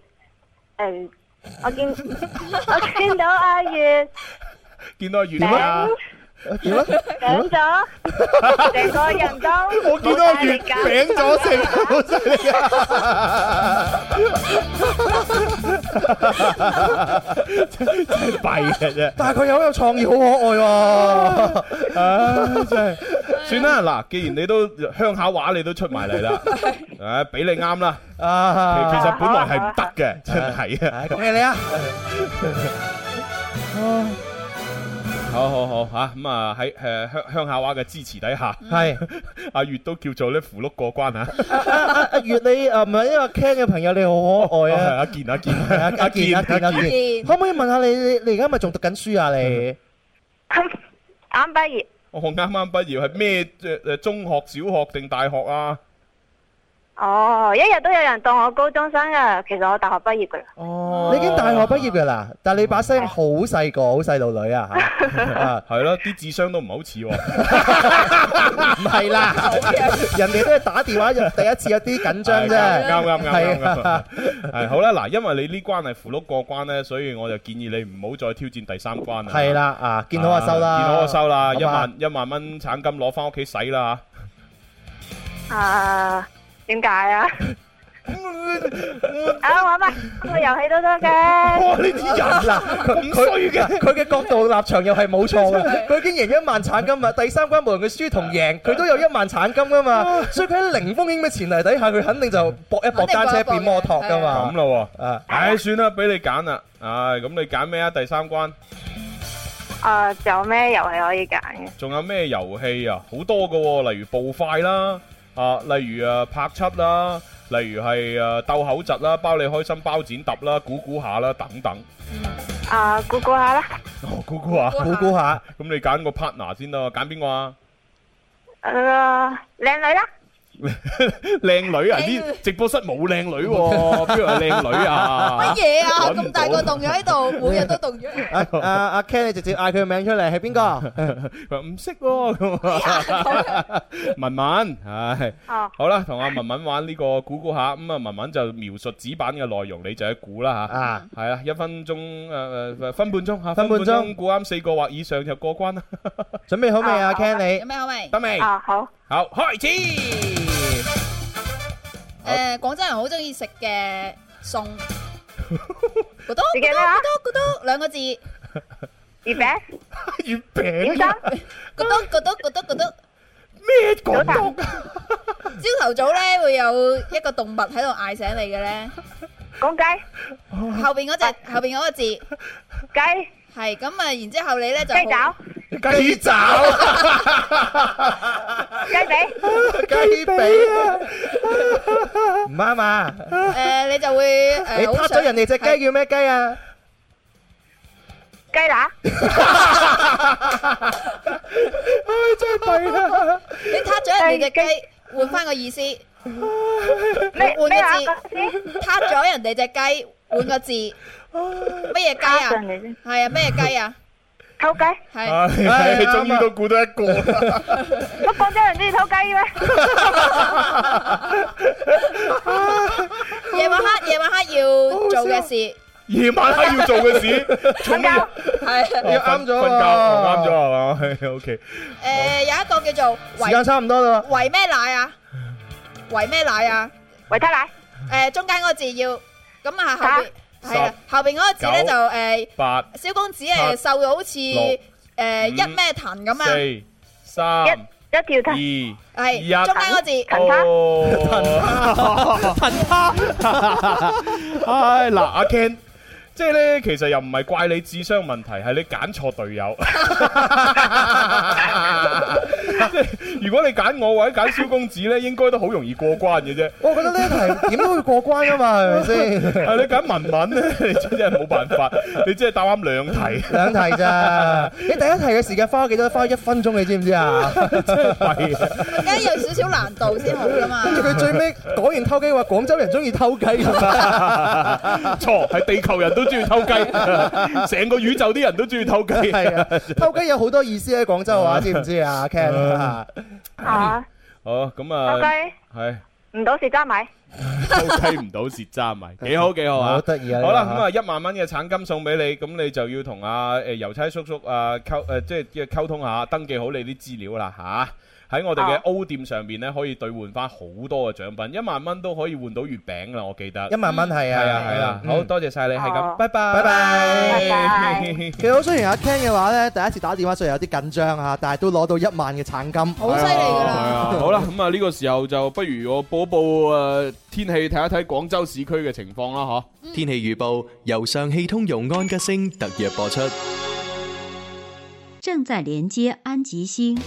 L: 誒，我見我見到阿月
C: 見到阿月
L: 頂
C: 啊，
L: 點啊頂咗，成個人都
D: 我見到個月餅咗成，好犀利啊！真係弊嘅啫。但係佢有有創意，好 à. 可愛喎！唉，真係。
C: 算啦，嗱，既然你都鄉下話你都出埋嚟 啦，誒，俾你啱啦，啊，
D: À.
C: 其實本來係唔得嘅， 真係啊，
D: 恭喜你啊！
C: 好好好吓，咁啊喺誒鄉鄉下話嘅支持 底下，
D: 係
C: 阿月都叫做咧扶碌過關啊，
D: 阿阿月，你啊唔係呢個 Ken 嘅朋友，你好可愛
C: 係
D: 啊！
C: 阿健阿健
D: 阿 阿健，阿健，阿健，可唔可以問下你，你你而家咪仲讀緊書啊？你
L: 啱畢業。
C: 我啱啱畢業係咩誒誒中學、小學定大學啊？
L: 哦，一日都有人當我高中生噶，其實我大學畢業噶啦。
D: 哦你已經大學畢業㗎啦，但係你把
C: 哦
D: 聲好細個，好細路女 啊！嚇，
C: 係咯，啲智商都唔係好似喎。
D: 唔係啦，人哋都係打電話入第一次有啲緊 張啫，
C: 係啊啱啱啱啱
D: 係
C: 啱
D: 啊，
C: 係好啦，嗱，因為你呢關係扶碌過關咧，所以我就建議你唔好再挑戰第三關啦。
D: 係啦啊，見到我收啦，啊
C: 見到我收啦，
D: 好嘛
C: 一萬一萬蚊橙金攞翻屋企使啦
L: 啊，點解啊？啊，玩埋個遊戲都得
D: 哇！呢
L: 嘅。
D: 啲人嗱，佢佢佢嘅角度立場又係冇錯嘅，佢已經贏一萬產金啊！第三關無論佢輸同贏，佢都有一萬產金噶
C: 啊
D: 嘛，所以佢喺零風險嘅前提底下，佢肯定就搏一搏單車變摩托噶
C: 咁
D: 嘛。
C: 咯喎，唉，算啦，俾你揀啦，唉，咁你揀咩啊？第三關
L: 啊，仲有咩遊戲可以揀嘅？
C: 仲有咩遊戲啊？好多噶喎，例如步快啦，啊，例如啊拍七啦，例如係啊鬥口窒啦，包你開心包剪揼啦，估估下啦，等等。
L: 啊，估估下啦。
C: 哦，估估下，
L: 估估
D: 下，
C: 咁你揀個 partner 先啦，揀邊個啊？
L: 啊，靚女啦。
C: 靚女啊！啲直播室冇靚女喎， 邊度有靚女啊？
E: 乜嘢啊？
D: 搵唔到
E: 咁大個洞咗喺度，每日都洞 咗。
D: 阿阿阿啊 Ken，你直接嗌佢個名出嚟，係 邊個？
C: 佢話唔識喎咁啊！ 文文，唉，
L: 哦
C: 好啦，同阿文文玩呢個估估下，咁啊文文就描述紙板嘅內容，你就去估啦吓。
D: 啊，
C: 係啊，一分鐘誒誒分半鐘嚇，
D: 分半鐘
C: 估啱四個或以上就過關啦。
D: 準備好未啊，Ken 你？
E: 咩好味？
C: 得未？
L: 啊，好。
C: 好，開 始。
E: 誒，廣州人好中意食嘅 餸，咕咚
L: 你
E: 咕
L: 嘅
E: 咚
L: 咩啊
E: 咕咚咕咚兩個字，咕
L: 月餅。
D: 月餅。
L: 點心。
E: 咚咕咚咕咚咕咚。
D: 咩
E: 廣東？朝頭早咧會有一個動物喺度嗌醒你嘅咧，
L: 公雞。
E: 後邊嗰只後邊嗰個字雞。係咁啊，然之後你咧就
L: 雞爪。
D: 雞 爪。
L: 雞髀。
D: 雞髀 啊！唔啱啊！
E: 誒，呃你就會誒
D: 你撻咗人哋只雞叫咩雞啊？
L: 雞乸。
D: 唉，真係弊啦！
E: 你挞咗人哋只雞，換翻個意思。換個
L: 咩啊
E: 字，挞咗人哋只雞，換個字。乜嘢雞啊？係啊，咩雞啊？
L: 偷雞。
E: 係。
D: 啊唉
C: 終於都估到一個 啦。
L: 乜廣州人中意偷雞嘅咩？
E: 夜晚黑，夜晚黑要做嘅事。
C: 夜晚黑要做嘅事，做咩？
D: 啊
E: 係。
D: 要啱咗
C: 瞓覺，
D: 啊
C: 啱咗係嘛 係？OK，
E: 誒，呃有一個叫做
D: 時間差唔多啦喎。
E: 維咩奶啊？維咩奶啊？
L: 維他奶。
E: 誒，中間嗰個字要咁啊，後邊係啦，
C: 十
E: 後邊嗰個字咧
C: 九
E: 就呃誒。
C: 八
E: 小公子誒瘦到好似誒一咩藤咁啊！
C: 四三
L: 一條
C: 二
L: 藤。
E: 係
C: 一
E: 中間嗰個字
L: 藤
C: 哦，
L: 他藤他。
C: 唉嗱，阿 Ken。即係咧，其實又唔係怪你智商問題，係你揀錯隊友。 即係如果你揀我或者揀蕭公子咧，應該都好容易過關嘅啫。
D: 我覺得呢題點都會過關噶嘛，係咪先？
C: 係你揀文文咧， 你真係冇辦法，你真係答啱兩題。
D: 兩題咋？你第一題嘅時間花咗幾多？花咗一分鐘，你知唔知啊？
C: 係啊
E: 梗係有少少難度先好 噶嘛。
D: 跟住佢最尾講完偷雞話，廣州人中意偷雞㗎嘛。
C: 錯，係地球人都中意偷雞，成個宇宙啲人都中意偷雞。
D: 係啊，偷雞有好多意思喺廣州話，知唔知啊？Ken
C: 嗯
D: 啊
L: 啊，
C: 好，咁
L: 偷雞
C: 啊，係
M: 唔到蝕揸米。
C: 批唔到蝕渣米，幾好幾好啊！
L: 好得意啊
C: 好啦，
L: 呢
C: 咁
L: 個
C: 啊一萬蚊嘅橙金送俾你，咁你就要同阿誒郵差叔叔啊溝誒，即係即係溝通下，登記好你啲資料啦吓，喺我哋嘅
L: 哦
C: O 店上邊咧，可以兌換翻好多嘅獎品，一萬蚊都可以換到月餅啦，我記得。
L: 一萬蚊係啊
C: 係啊係啦，
L: 嗯
C: 好多謝晒你，係咁，拜拜，
L: 拜拜。
D: 其實好雖然阿 Ken 嘅話咧，第一次打電話雖然有啲緊張啊，但係都攞到一萬嘅橙金，好
C: 犀利㗎係啊，好啦，咁啊呢個時候就不如我報一報誒天氣，睇一睇廣州市區嘅情況啦，嗬。
N: 天氣預報由上氣通用安吉星特約播出。
F: 正在连接安吉星。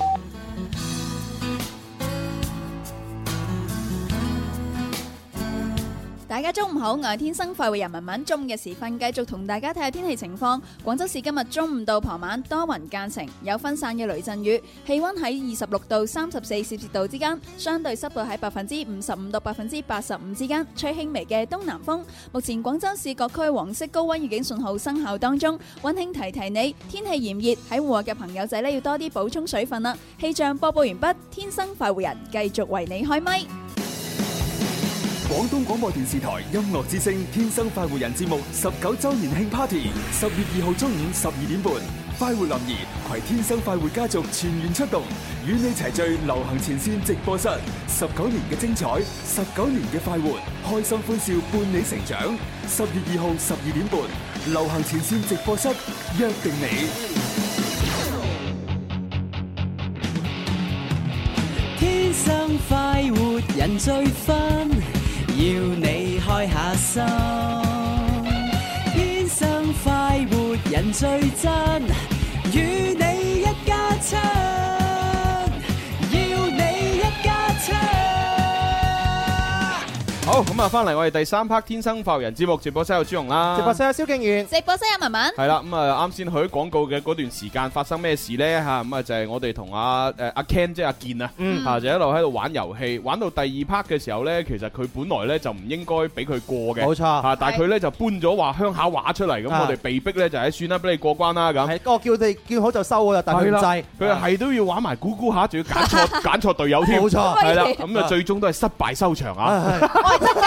E: 大家中午好，我係天生快活人文文。中午嘅時分，繼續同大家睇下天氣情況。廣州市今日中午到傍晚多雲間晴，有分散嘅雷陣雨，氣温喺二十六到三十四攝氏度之間，相對濕度喺百分之五十五到百分之八十五之間，吹輕微嘅東南風。目前廣州市各區黃色高温預警信號生效當中，温馨提提你，天氣炎熱，喺戶外嘅朋友仔呢，要多啲補充水分啦。氣象播報完畢，天生快活人繼續為你開咪。
O: 廣東廣播電視台音樂之聲《天生快活人》節目十九周年慶 Party，十月二號中午十二點半，快活林兒攜天生快活家族全員出動，與你齊聚流行前線直播室。十九年嘅精彩，十九年嘅快活，開心歡笑伴你成長。十月二號十二點半，流行前線直播室約定你。
B: 天生快活人最 fun，要你開下心。天生快活人最真，與你一家親，要你一家親。
C: 好，咁啊，翻嚟我哋第三 part《天生浮人》節目直播室有朱紅啦，
D: 直播室有蕭敬遠，
E: 直播室有文文。
C: 系啦，咁啊啱先佢廣告嘅嗰段時間發生咩事呢？吓咁啊就係我哋同阿诶阿 Ken 即係阿健啊，
D: 嗯
C: 吓就一路喺度玩遊戲，玩到第二 part 嘅時候呢，其實佢本來呢就唔應該俾佢過嘅，
D: 冇錯
C: 吓，但係佢呢就搬咗話鄉下話出嚟，咁
D: 啊
C: 我哋被逼呢就係算啦，俾你過關啦咁。
D: 我叫你叫好就收㗎啦，但佢唔
C: 啦
D: 制，
C: 佢係都要玩埋估估下，仲要揀 錯揀錯隊友添，
D: 冇錯
C: 係啦，
D: 喂
C: 咁啊最終都係失敗收場啊。
E: 少少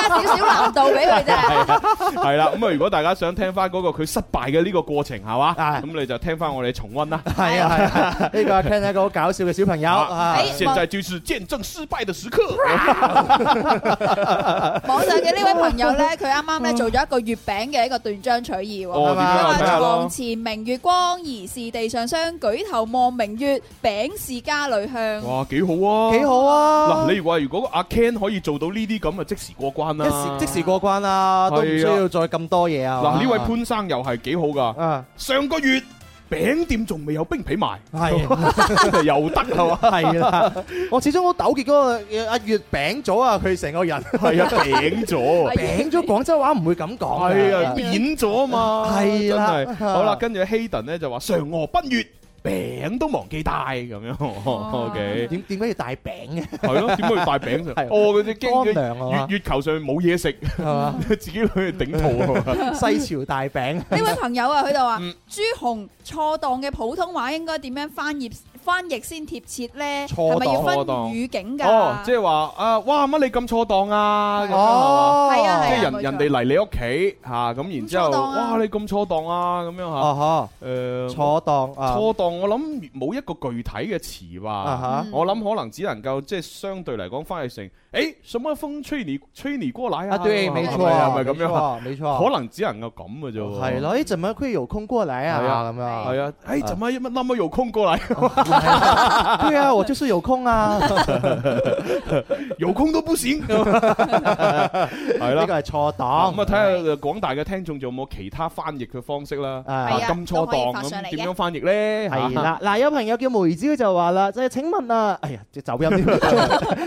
E: 難度 俾佢啫。
C: 系啦，啊咁啊，如果大家想聽翻嗰個佢失敗嘅呢個過程係嘛，咁你就聽翻我哋重温啦。
D: 係啊係啊，呢個阿 Ken 係一個好搞笑嘅小朋友啊
C: 啊，現在就是見證失敗的時刻。
E: 網上嘅呢位朋友呢，佢啱啱呢做咗一個月餅嘅一個斷章取義喎，
C: 嗯哦點樣啊
E: 佢
C: 睇下
E: 話
C: 咯
E: 床前明月光，疑是地上霜，舉頭望明月，餅是家裏香。
C: 哇，幾好啊！
D: 幾好啊
C: 嗱，你話如果阿 Ken 可以做到呢啲咁啊，即時過關啦。
D: 一時即時過關啦，都唔需要再咁多嘢啊。
C: 嗱，呢位潘生又係幾好噶。上個月餅店仲未有冰皮 賣，
D: 係
C: 又得係嘛？
D: 係啦，我始終好糾結嗰個阿月餅咗啊，佢成個人
C: 係啊餅咗啊
D: 餅咗廣州話唔會咁講㗎，
C: 係啊，扁咗啊嘛。
D: 係啦
C: 真係 好啦，跟住 Hayden 咧就話嫦娥奔月。餅都忘記帶咁樣，OK？
D: 點點解要帶餅嘅？
C: 係咯，點解要帶餅 上？哦，佢只驚
D: 啊乾糧啊嘛
C: 月月球上面冇嘢食， 自己去頂肚啊 嘛。
D: 西樵大餅。
E: 呢位朋友啊，佢就話：
C: 嗯
E: 朱紅錯當嘅普通話應該點樣翻譯翻譯先貼切呢？
C: 錯
E: 係咪要分
C: 錯當
E: 語境
C: 哦，
E: 㗎？
C: 即係話啊，哇乜你咁錯檔啊？咁樣係嘛
E: 哦係啊係啊
C: 即係
E: 冇錯
C: 人人哋嚟你屋企嚇，咁然之後，哇你咁錯檔啊咁樣
D: 哦
C: 嚇，誒
D: 錯檔啊
C: 錯檔，我諗冇一個具體嘅詞吧
D: 啊哈，
C: 我諗可能只能夠即係相對嚟講翻譯成，誒什麼風吹你吹你過來啊？
E: 嗯
D: 啊對
C: 係
D: 沒
C: 咪
D: 錯
C: 係咪咁樣啊？
D: 沒錯沒錯
C: 可能只能夠咁嘅啫喎。
D: 係咯，你怎麼會有空過來
C: 係
D: 啊？
C: 啊
D: 咁樣
C: 係啊，誒怎麼乜那麼有空過 來？
D: 對啊，我就是有空啊，
C: 有空都不 行。係啦
D: 呢個係錯檔。
C: 咁啊，睇下廣大嘅聽眾仲有冇其他翻譯嘅方式啦。啊
D: 係啊
C: 咁錯
D: 都可以
C: 檔
D: 發上嚟嘅
C: 咁點樣翻譯咧？
D: 係啦，嗱有朋友叫梅椒就話啦，就係請問啊， 哎呀，隻走音添。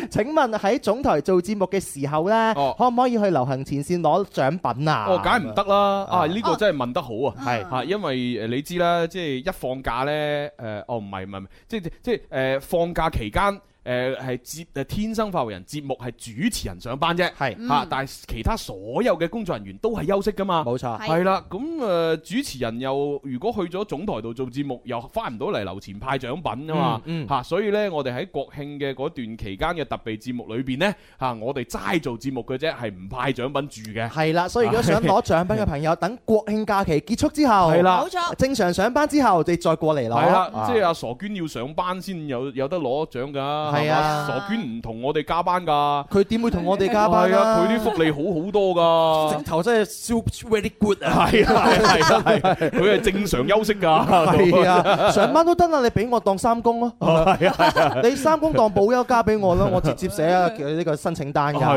D: 請問喺總台做節目嘅時候咧，可唔可以去流行前線攞獎品啊？
C: 哦，梗係唔得啦！啊，呢
P: 哦
C: 個真係問得好啊，
P: 嗯
C: 係嚇，因為誒你呃知啦，即係一放假咧，誒，哦，唔係唔係唔係，即係即係誒放假期間。誒係節誒天生發為人節目係主持人上班啫，係
P: 嗯
C: 嚇，但係其他所有嘅工作人員都係休息噶嘛，冇錯
P: 係
C: 係啦。咁呃誒主持人又如果去咗總台度做節目，又翻唔到嚟樓前派獎品啊嘛，
P: 嗯嗯
C: 嚇，所以呢，我哋喺國慶嘅嗰段期間嘅特備節目裏邊呢，嚇，我哋齋做節目嘅啫，係唔派獎品住嘅。
D: 係啦，所以如 果想攞獎品嘅朋友，等國慶假期結束之後，
C: 係啦冇
D: 錯，正常上班之後，你再過嚟攞。
C: 系啦，
D: 啊
C: 即係阿傻娟要上班先有有得攞獎㗎，
D: 係啊
C: 係嘛傻娟唔同我哋加班㗎，
D: 佢點會同我哋加班
C: 係啊，
D: 啊
C: 佢啲福利好好多㗎，
D: 直頭真係 so very good
C: 啊！ 係啊係啊係啊，佢係正常休息㗎，
D: 係啊，上班都得啦，你俾我當三公咯。
C: 係啊係啊
D: 你三公當保休加俾我啦，我直接寫啊呢個申請單㗎。
C: 係啊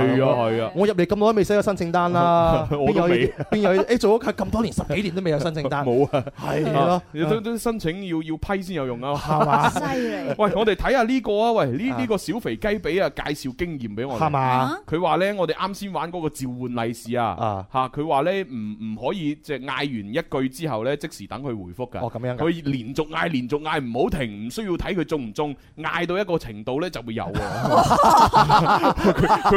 C: 係啊，
D: 我入嚟咁耐都未寫過申請單啦
C: 我都未
D: 邊有邊有誒做咗咁多年十幾年都未有申請單。
C: 冇啊，
D: 係咯
C: 你都都申請要要批先有用啊，
D: 係嘛
C: 犀
D: 利
C: 喂，我哋睇下呢個啊，喂，呢
D: 啊
C: 呢個小肥雞俾啊介紹經驗 俾我哋。
D: 係嘛？
C: 佢話咧，我哋啱先玩嗰個召喚利是啊，嚇佢話咧唔唔可以即係嗌完一句之後咧，即時等佢回覆㗎。
D: 哦咁樣㗎
C: 佢連續嗌，連續嗌，唔好停，唔需要睇佢中唔中，嗌到一個程度咧就會有喎。 佢佢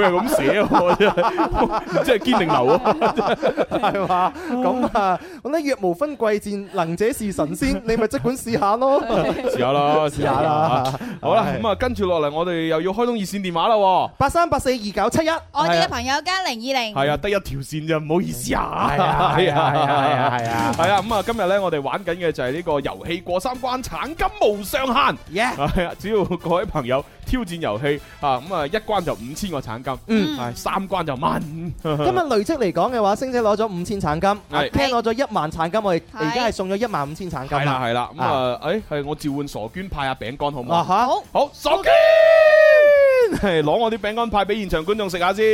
C: 係咁寫喎，真係唔 知係堅定流啊！
D: 係嘛？咁啊，我咧若無分貴賤，能者是 神仙，你咪即管試下咯。
C: 試下啦，
D: 試下啦
C: 試下好啦，
D: 係
C: 咁啊，跟住落嚟，我哋又要開通熱線電話啦喎。
D: 八三八四二九七一，
E: 我哋哦嘅朋友加零二零，
C: 啊係啊，得一條線啫，唔好意思啊。
D: 係啊係啊係啊係啊係啊
C: 係啊，咁啊，今日咧我哋玩緊嘅就係呢個遊戲過三關，橙金無上限。
D: Yeah
C: 係啊，只要各位朋友挑戰遊戲啊，咁啊一關就五千個橙金，
D: 嗯
C: 係三關就萬。
D: 今日累積嚟講嘅話，星姐攞咗五千橙金，阿
C: 係
D: Ken 攞咗一萬橙金，我哋而家係送咗一萬五千橙金
C: 係啦
D: 啦。
C: 係啦，咁啊，誒係我召喚傻娟派下餅乾好唔
D: 啊
C: 好？
D: 哈，
E: 好，
C: 好傻娟， 係攞我啲餅乾派俾現場觀眾食下先。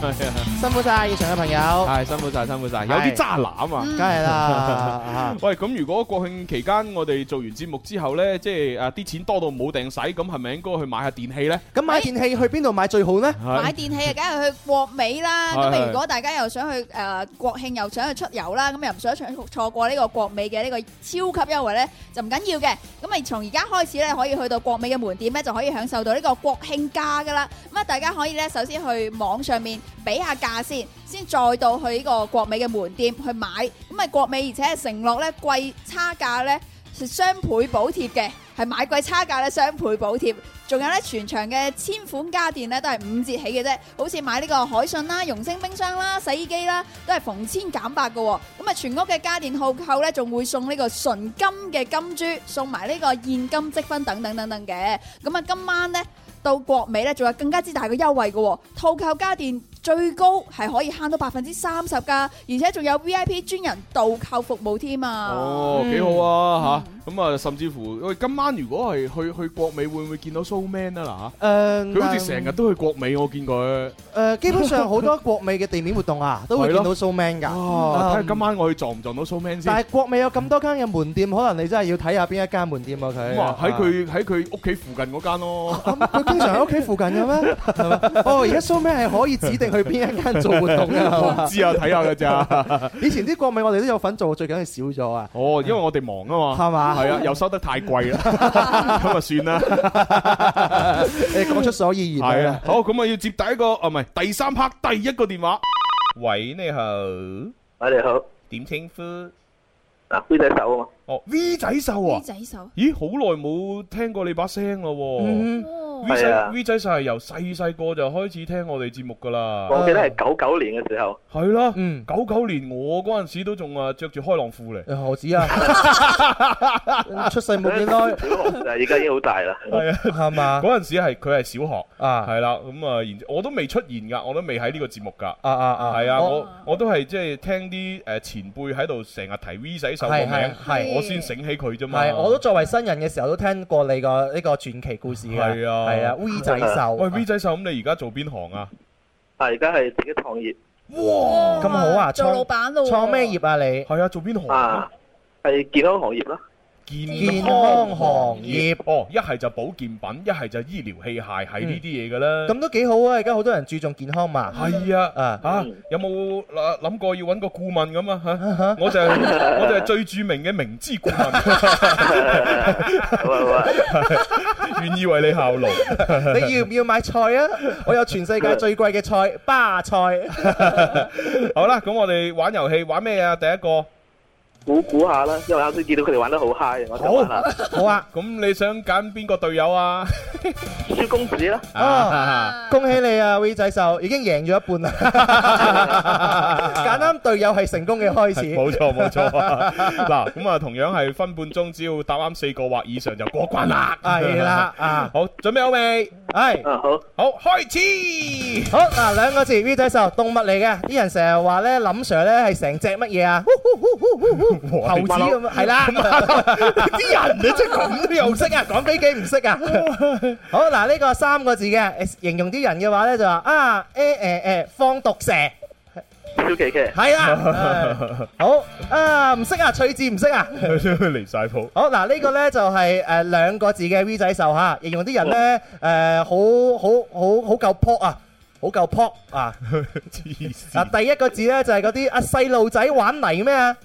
C: 係啊
D: 辛苦晒現場嘅朋友。
C: 係辛苦晒，辛苦晒，有啲
D: 係
C: 渣男啊，梗
D: 梗 係啦
C: 喂，咁如果國慶期間我哋做完節目之後呢，即係啊啲錢多到冇定使，咁係咪應該去買下電器呢？
D: 咁買電器去邊度買最好呢？
E: 買電器啊，梗係去國美啦。
C: 係
E: 咁啊，
C: 係
E: 如果大家又想去誒、呃、國慶又想去出遊啦，咁又唔想錯錯過呢個國美嘅呢個超級優惠咧，就唔緊要嘅。咁啊，從而家開始咧，可以去到國美嘅門店咧，就可以享受到呢個國慶價噶啦。咁啊，大家可以咧首先去網上面俾下價先，先再到去呢個國美嘅門店去買。咁啊，國美而且係承諾咧貴差價咧。係雙倍補貼嘅，係買貴差價咧雙倍補貼。仲有咧，全場嘅千款家電咧都係五折起嘅啫，好似買呢個海信啦、容聲冰箱啦、洗衣機啦，都係逢千減百嘅喎。咁啊，全屋嘅家電號購咧，仲會送呢個純金嘅金珠，送埋呢個現金積分等等等等嘅。咁啊，今晚咧到國美咧，仲有更加之大嘅優惠嘅喎，套購家電最高係可以慳到百分之三十㗎，而且仲有 V I P 專人導購服務添啊！
C: 哦，幾好啊吓！咁啊，甚至乎喂，今晚如果係去去國美，會唔會見到 Showman 啊嗱？
D: 誒
C: 佢好似成日都去國美，我見佢。
D: 誒，基本上好多國美嘅地面活 動啊，都會見
C: 係
D: 到
C: 咯
D: Showman 㗎。
C: 哦，睇下
D: 嗯
C: 今晚我去撞唔撞到 Showman
D: 但係
C: 先。
D: 國美有咁多間嘅門店，可能你真係要睇下邊一間門店啊！佢
C: 咁啊，喺佢喺佢屋企附近嗰 間咯。
D: 佢經 常喺屋企附近嘅咩？係嘛哦，而家 Showman 係可以指定去邊一間做活動㗎 係
C: 我
D: 嘛
C: 唔知啊，睇下㗎咋。
D: 以前啲國美我哋都有份做，最緊要少咗啊！
C: 哦，因為我哋忙啊嘛。
D: 係嘛
C: 係啊，又收得太貴 啦，咁啊算啦。
D: 你講出所以然哎
C: 係
D: 啦
C: 啊，。好，咁啊要接第一個啊，唔係第三 part 第一個電話。喂，你好。
L: 喂，你好。
C: 點稱呼？
L: 啊，V 仔手啊嘛。
C: 哦，V 仔秀啊
E: V。仔手，
C: 咦，好耐冇聽過你把聲啦
E: 嗯
C: 喎。V
D: 嗯
L: 係
C: 仔
L: 啊
C: V 仔秀係由細細個就開始聽我哋節目噶啦。
L: 我記得係九九年嘅時候，
C: 係啦，九九年我嗰陣時都仲啊着住開浪褲嚟。
D: 何止啊？ 出世冇幾耐，
L: 但係而家已經好大啦。
C: 係啊，
D: 係嘛？
C: 嗰陣時係佢係小學
D: 啊，
C: 係啦，咁啊，然之我都未出現㗎，我都未喺呢個節目㗎。啊
D: 啊啊
C: 係啊，
D: 我
E: 哦
C: 我我都係即係聽啲誒前輩喺度成日提 V 仔秀個
D: 係
C: 名
D: 係，係
C: 我先醒起佢啫嘛。
D: 嗯係，我都作為新人嘅時候都聽過你個呢個傳奇故事嘅，
C: 係啊，
D: 係啊，V 仔秀，
C: 喂，V 仔秀，咁你而家做邊行啊？
L: 啊，而家係自己創業。
D: 哇，
E: 嗯
D: 咁好啊，
L: 做
D: 創
L: 老闆咯喎
D: 創咩業啊你？
L: À,
C: 係啊，做邊行
L: 啊？係健康行業啦。
C: 健
D: 健
C: 康
D: 康
C: 行
D: 行
C: 業
D: 業。
C: 哦，一係就保健品，一係就醫療器械，係呢啲嘢嘅啦。
D: 嗯 咁都幾好啊！而家好多人注重健康 嘛。
C: 係啊，
D: 啊
C: 啊，有冇啊諗過要揾個顧問咁啊？嚇，我就係我就係 最著名嘅明知顧
L: Ờ,
C: 問， 願意為你效勞。
D: 你要唔要買菜啊？我有全世界最貴嘅菜，巴菜。
C: 好啦，咁我哋玩遊戲玩咩啊？第一個
L: 估估下啦，因為啱先見到佢哋玩得好 high，我想玩下。
D: 好啊。
C: 咁你想揀邊個隊友啊？
L: 蕭公子啦。
D: 啊！恭喜你啊，V 仔秀已經贏咗一半啦！揀啱隊友係成功嘅開始。
C: 冇錯冇錯。嗱，咁啊，同樣係分半鐘，只要答啱四個或以上就過關啦。
D: 係啦啊
C: 好，準備好未？
D: 係。
L: 好。
C: 好，開始。
D: 好嗱，兩個字 V 仔秀，動物嚟嘅，啲人成日話咧，林 Sir 咧係成隻乜嘢 啊？猴子咁樣，係啦，啲人你真係咁都又唔識啊，講飛機唔識啊。 好嗱，呢個三個字嘅，形容啲人嘅話咧就話啊，誒誒誒，放毒蛇。
L: 小琪琪。
D: 係 啦，好啊，唔識啊，趣字唔識啊。
C: 離晒譜。
D: 好嗱，呢個呢就係誒兩個字嘅 V 仔秀嚇，形容啲人呢誒好好好好夠撲啊，好夠撲啊！
C: 黐線
D: 啊，第一個字呢就係嗰啲啊細路仔玩泥咩啊？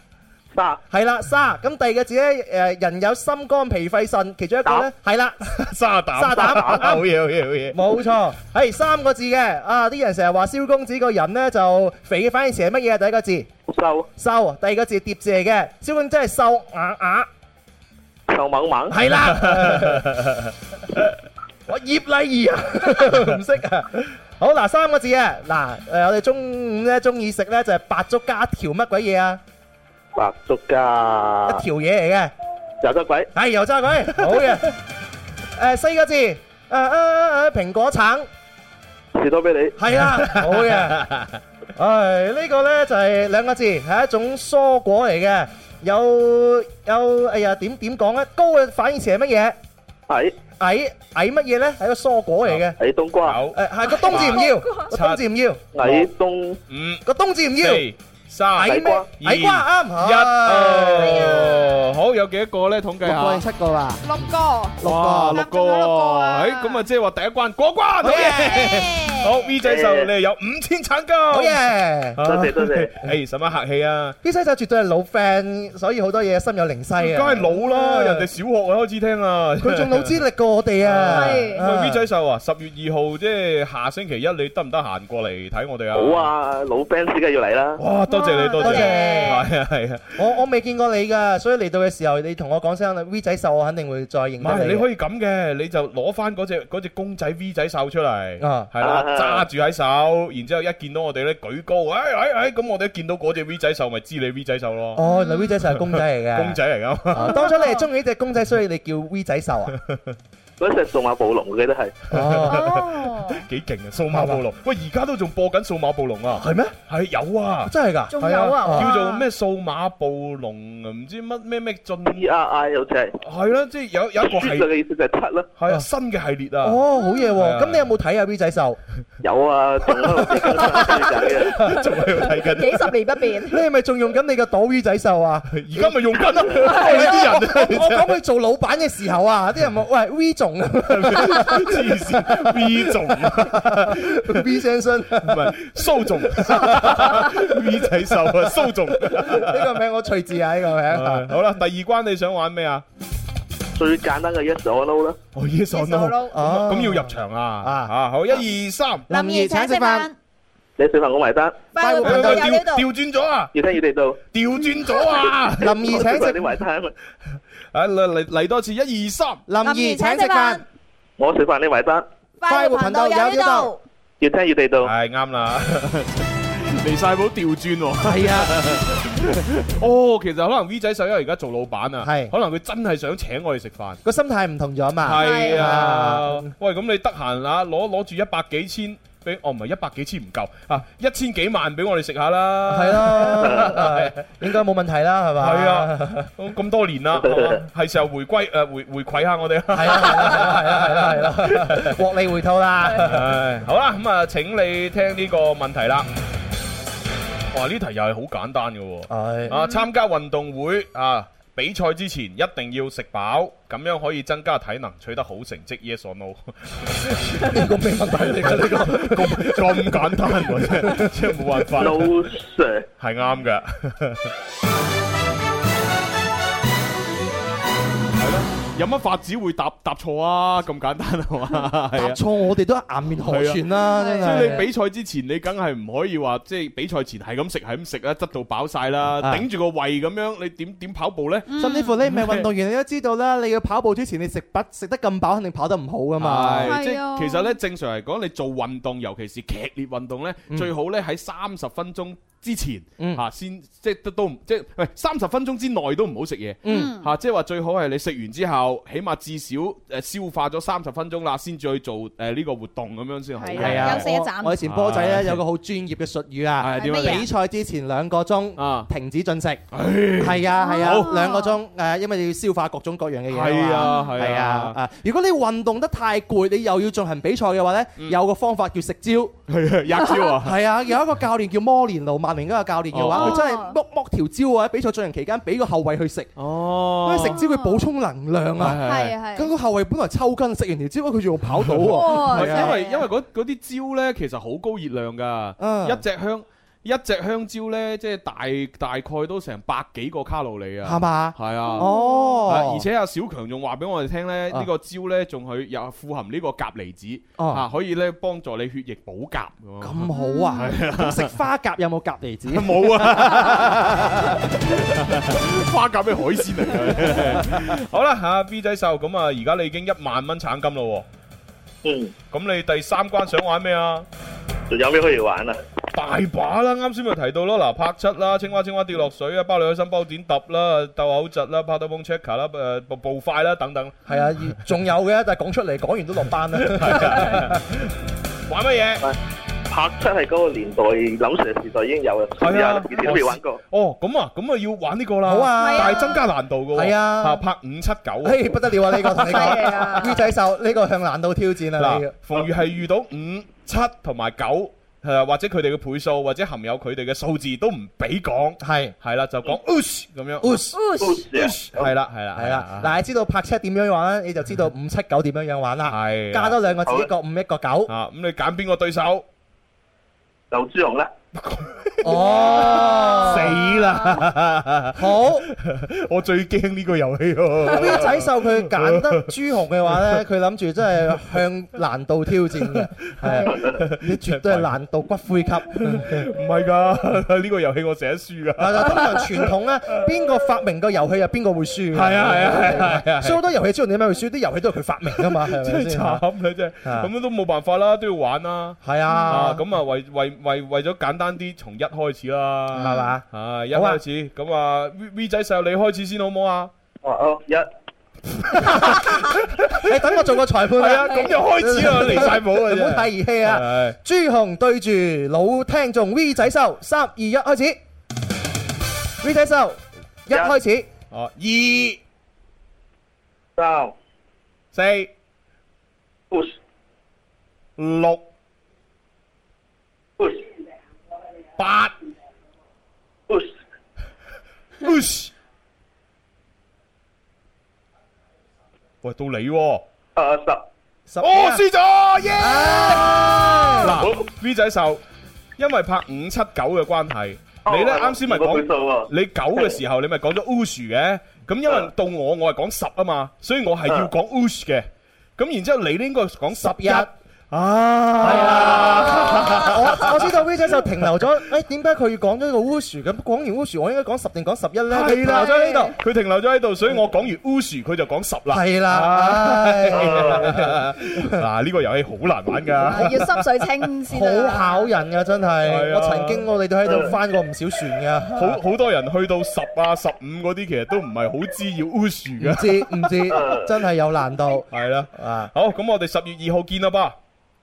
L: 沙
D: 係啦，沙。咁第二個字呢誒人有心肝脾肺腎，其中一個呢係啦，
C: 沙膽
D: 沙膽，
C: 好嘢好嘢好嘢。
D: 冇 錯，係三個字嘅。啊，啲人成日話蕭公子個人呢就肥嘅反義詞係乜嘢啊？第一個字
L: 瘦，
D: 瘦。第二個字疊字嚟嘅，蕭公子真係瘦啊硬硬。
L: 瘦猛猛。
D: 係 啦。我葉麗儀啊， 唔識啊。好嗱，三個字啊，嗱，誒，我哋中午咧中意食咧就係白粥加條乜鬼嘢啊？
L: 白粥噶。
B: à.
D: 一條嘢嚟嘅，
L: 油汁鬼。
D: 係油炸鬼，好 嘅。誒，四個字，誒誒誒，蘋果橙，
L: 士多啤梨。
D: 係啦，好嘅。唉，呢個咧就係兩個字，係一種蔬果嚟嘅，有有，哎呀，點點講咧？高嘅反義詞係乜嘢？
L: 矮。
D: 矮矮乜嘢咧？係一個蔬果嚟嘅。
L: 矮冬瓜。
D: 誒，係個冬 字唔要，個冬字唔要，
L: 矮冬。
C: 五。
D: 個冬字唔要，
C: 四三
D: 矮咩
C: 二
D: 矮瓜啊哎啱
C: 一哦，好有幾多個咧？統計下。
D: 七個啦，
E: 六個，
C: 哇，六個喎，誒咁啊，即係話第一關過關，好嘢！好 V 仔就你有五千橙金，好
D: 嘢！
L: 多謝多謝，
C: 誒使乜客氣啊？
D: 啲西仔絕對係老 friend，所以好多嘢心有靈犀啊！
C: 梗係老啦，人哋小學啊開始聽啊，
D: 佢仲老 資歷過我哋啊！
C: 喂，V 仔秀啊，十月二號即係下星期一，你得唔得閒過嚟睇我哋啊？
L: 好！
B: à.
L: 啊，老 fans 梗係要嚟啦。
C: 哇，多謝你，多謝，
D: 多 謝
C: 係啊係啊，
D: 我我未見過你㗎，所以嚟到嘅時候你同我講聲 V 仔秀，我肯定會再認
C: 唔係
D: 得
C: 你
D: 你。
C: 可以咁嘅，你就攞翻嗰只嗰只公仔 V 仔秀出嚟，
D: 啊
C: 係啦，
D: 啊
C: 揸住喺手，然之後一見到我哋咧舉高，誒誒誒，咁我哋一見到嗰只 V 仔秀，咪知你 V 仔秀咯。
D: 哦，原來 V 仔秀係公仔嚟 嘅。
C: 公仔嚟噶
D: 啊。當初你係中意呢只公仔，所以你叫 V 仔秀啊？
L: 嗰隻數碼暴龍，我記得係。
C: 幾勁啊！數碼暴龍，喂，而家都仲播緊數碼暴龍啊？
D: 係咩？
C: 係有啊，
D: 真係㗎仲有啊
C: 係
D: 哇
C: 叫做咩數碼暴龍啊？唔知乜咩咩進
L: E R I 好似係。
C: 係啦，即係有有一個系
L: 嘅意思就係七啦。
C: 係啊，新嘅系列啊。
D: 哦，好嘢
C: 係啊
D: 喎！咁你有冇睇啊 V 仔 秀？
L: 有啊，仲喺度睇緊，
C: 仲喺度睇緊
D: 幾十
E: 年不變。
D: 你係咪仲用緊你嘅躲 V 仔秀啊？
C: 而家咪用緊咯，
D: 係啊
C: 你啲人
D: 我我講佢做老闆嘅時候啊，啲人話喂 V 總啊，
C: 黐線 V
D: 總 V 先生唔
C: 係蘇總 V 仔秀啊，蘇總。
D: 呢個名我隨字啊，呢個名。
C: 好啦，第二關你想玩咩啊？
L: 最簡單嘅 Yes or No 啦。
C: 哦，Yes or No，咁
D: 哦
C: 啊咁要入場啊！啊，好，一二三，
L: 林兒請食飯，你食飯我埋單。
C: 快活頻道有呢度調轉咗啊！
L: 越聽越地道。
C: 調轉咗啊！
D: 林
L: 兒請食你埋單啊！
C: 啊嚟嚟嚟多次，一二三，
D: 林兒請食飯，
L: 我食飯你埋單，
D: 快活頻道有呢度。
L: 越聽越地道。
C: 係啱 啦，離晒譜調轉喎。
D: 係啊。
C: 哦，其實可能 V 仔手因為而家做老闆啊，
D: 係
C: 可能佢真係想請我哋食飯。
D: 個心態唔同咗嘛。
C: 係啊，喂，咁你得閒啊，攞攞住一百幾千。俾哦，唔係一百幾千唔夠啊，一千幾萬俾我哋食下啦，
D: 係啦， 應該冇問題啦，係嘛？
C: 係啊，咁咁多年啦，係時候回歸誒回回饋下我哋啦。係
D: 啊，係啦，係啦，係啦，係啦，獲利回吐 啦。
C: 唉，好啦，咁啊，請你聽呢個問題啦。
D: 嗯
C: 哇，呢題又係好簡單嘅喎。啊，參加運動會啊。比賽之前一定要食飽，咁樣可以增加體能，取得好成績。Yes or no？
D: 呢個咩問題嚟㗎？呢
C: 個咁咁簡單喎，真係真係冇辦法。
B: No sir，
C: 係啱㗎。係咯，有乜法子會答答錯啊？咁簡單係嘛？係啊
D: 答錯我哋都顏面何存啦，真
C: 所啊以你
D: 係。
C: 比賽之前，你梗係唔可以話，即係比賽前係咁食係咁食啦，執到飽晒啦，
D: 啊
C: 頂住個胃咁樣，你點點跑步呢？
D: 甚至乎你唔係運動員，你都知道啦。你要跑步之前，你食不食得咁飽，肯定跑得唔好噶嘛。
C: 係即係其實咧，正常嚟講，你做運動，尤其是劇烈運動呢，
D: 嗯
C: 最好呢喺三十分鐘之前
D: 嗯
C: 嚇先，即係都都唔即係喂三十分鐘之內都唔好食嘢
D: 嗯
C: 嚇，即係話最好係你食完之後，起碼至少誒消化咗三十分鐘啦，先至去做誒呢個活動咁樣先好。
D: 係啊，我我以前波仔
C: 係
D: 咧有個好專業嘅術語啊
C: 係，點樣嚟
D: 比賽之前兩個鐘停止進食，係啊係
C: 好
D: 啊，兩個鐘誒，因為你要消化各種各樣嘅嘢
C: 係啊
D: 嘛
C: 係啊
D: 係啊啊！如果你運動得太攰，你又要進行比賽嘅話咧，有個方法叫食蕉，
C: 係啊，吔蕉啊
D: 係啊，有一個教練叫摩連奴，曼聯嗰個教練嘅話，
C: 哦
D: 佢真係剝剝條蕉啊！喺比賽進行期間，俾個後衞去食，
C: 哦，
D: 因為食蕉佢補充能量啊，
C: 係係係
D: 咁個後衞本來抽筋，食完條蕉佢仲要跑到喎，係啊
C: 因為因為嗰嗰啲蕉呢，其實好高熱量
D: 啊
C: 㗎，一隻香。一隻香蕉呢，即係大大概都成百幾個卡路里啊，
D: 係嘛
C: 係啊，
D: 哦
C: 啊而且阿小強仲話俾我哋聽呢，
D: 啊
C: 呢個蕉呢，仲佢有富含呢個鉀離子，
D: 哦
C: 啊，可以呢幫助你血液補鉀。咁
D: 咁好啊！咁食花甲有冇甲離子？
C: 冇啊！ 花甲咩海鮮嚟嘅？ 好啦，吓 B 仔秀咁啊，而家你已經一萬蚊橙金咯。嗯。咁你第三關想玩咩啊？
B: 有咩可以玩啊？
C: 大把啦，啱先咪提到咯，嗱，拍七啦，青蛙青蛙跌落水啊，包你開心包剪揼啦，鬥口窒啦，拍到崩 checker 啦，誒步步快啦，等等。
D: 係啊，而仲有嘅，但係講出嚟，講完都落班 啦。
C: 玩乜嘢？
B: 拍七係嗰個年代，林 Sir 時代已經有啦，試下啦以前都未玩過。
C: 啊哦，咁啊，咁啊要玩呢個啦。
D: 好啊
C: 但係增加難度嘅喎。
D: 係啊
C: 嚇拍五七九。
D: 嘿，不得了啊！呢個同你
C: 犀利啊
D: 講，魚仔獸呢個向難度挑戰啊！你
C: 嗱
D: 要，
C: 逢如係遇到五七同埋九。誒或者佢哋嘅倍數，或者含有佢哋嘅數字都唔俾講，
D: 係
C: 係啦，就講 ush 咁樣
D: Ush
C: ush 係啦係啦
D: 嗯係啊啦，嗱，你知道拍車點樣玩咧，你就知道五七九點樣樣玩啦。
C: 嗯係
D: 加多兩個字，一個五，一個九。
C: 啊，咁你揀邊個對手？
B: 劉朱紅啦，
D: 哦，
C: 死啦！
D: 好，
C: 我最驚呢個遊戲 喎。
D: V 仔秀佢揀得朱紅嘅 話咧，佢諗住真係向難度挑戰嘅， 係啊你絕對係難度骨灰級。
C: 唔係㗎， 呢個遊戲我成日輸㗎。
D: 嗱，就通常傳統咧，邊個發明個遊戲啊，邊個會輸嘅。
C: 係啊係啊係啊係啊
D: 所以好多遊戲知道點解會輸，啲遊戲都係佢發明噶嘛，係咪
C: 真係
D: 先？
C: 慘啦，真係
D: 啊
C: 咁都冇辦法啦，都要玩啦。
D: 係啊
C: 咁啊為為為為咗簡單啲，從一開始啦，
D: 係嘛
C: 啊，一
D: 好啊
C: 開始咁啊，V V 仔細你開始先好唔好啊？
B: 哦哦，一
D: 你等我做個裁判
C: 係啊咁就開始 啦離晒譜啊
D: 你唔好太兒戲啊
C: 係！
D: 朱紅對住老聽眾 V 仔秀，三二一開始。V 仔秀一開始，
C: 哦，二
B: 三
C: 四
B: push
C: 六
B: push
C: 八
B: push
C: push，喂，到你喎。
B: 啊十
D: 十
C: 哦，輸咗，耶！
B: 好
C: 嗱，V 仔秀，因為拍五七九嘅關係，
B: 哦
C: 你咧
B: 係
C: 啱先咪
B: 我估到
C: 講
B: 喎
C: 你九嘅時候，你咪講 咗 ush 嘅，咁因為到我我係講十啊嘛，所以我係要講 ush 嘅，咁然之後你咧應該講十一，
D: 啊，係啊！我我知道 V 仔秀停留咗，誒點解佢要講咗呢個 Wusu 咁？講完 Wusu，我應該講十定講十一咧？佢
C: 係
D: 停留
C: 啦，
D: 咗喺呢度。
C: 佢停留咗喺度，所以我講完 ush 佢就講十啦，
D: 係啦
C: 唉
D: 唉
C: 嗱呢個遊戲好難玩
E: 啊要
C: 㗎。
E: 濕水清先得
D: 好
E: 啦。
D: 考人噶，真係！
C: 係啊
D: 我曾經我哋都喺度翻過唔少船噶。
C: 好好多人去到十啊十五嗰啲，其實都唔係好知要 ush
D: 唔
C: 㗎。
D: 知唔知，真係有難度。
C: 系啦，
D: 啊，
C: 好，咁我哋十月二號見啦噃。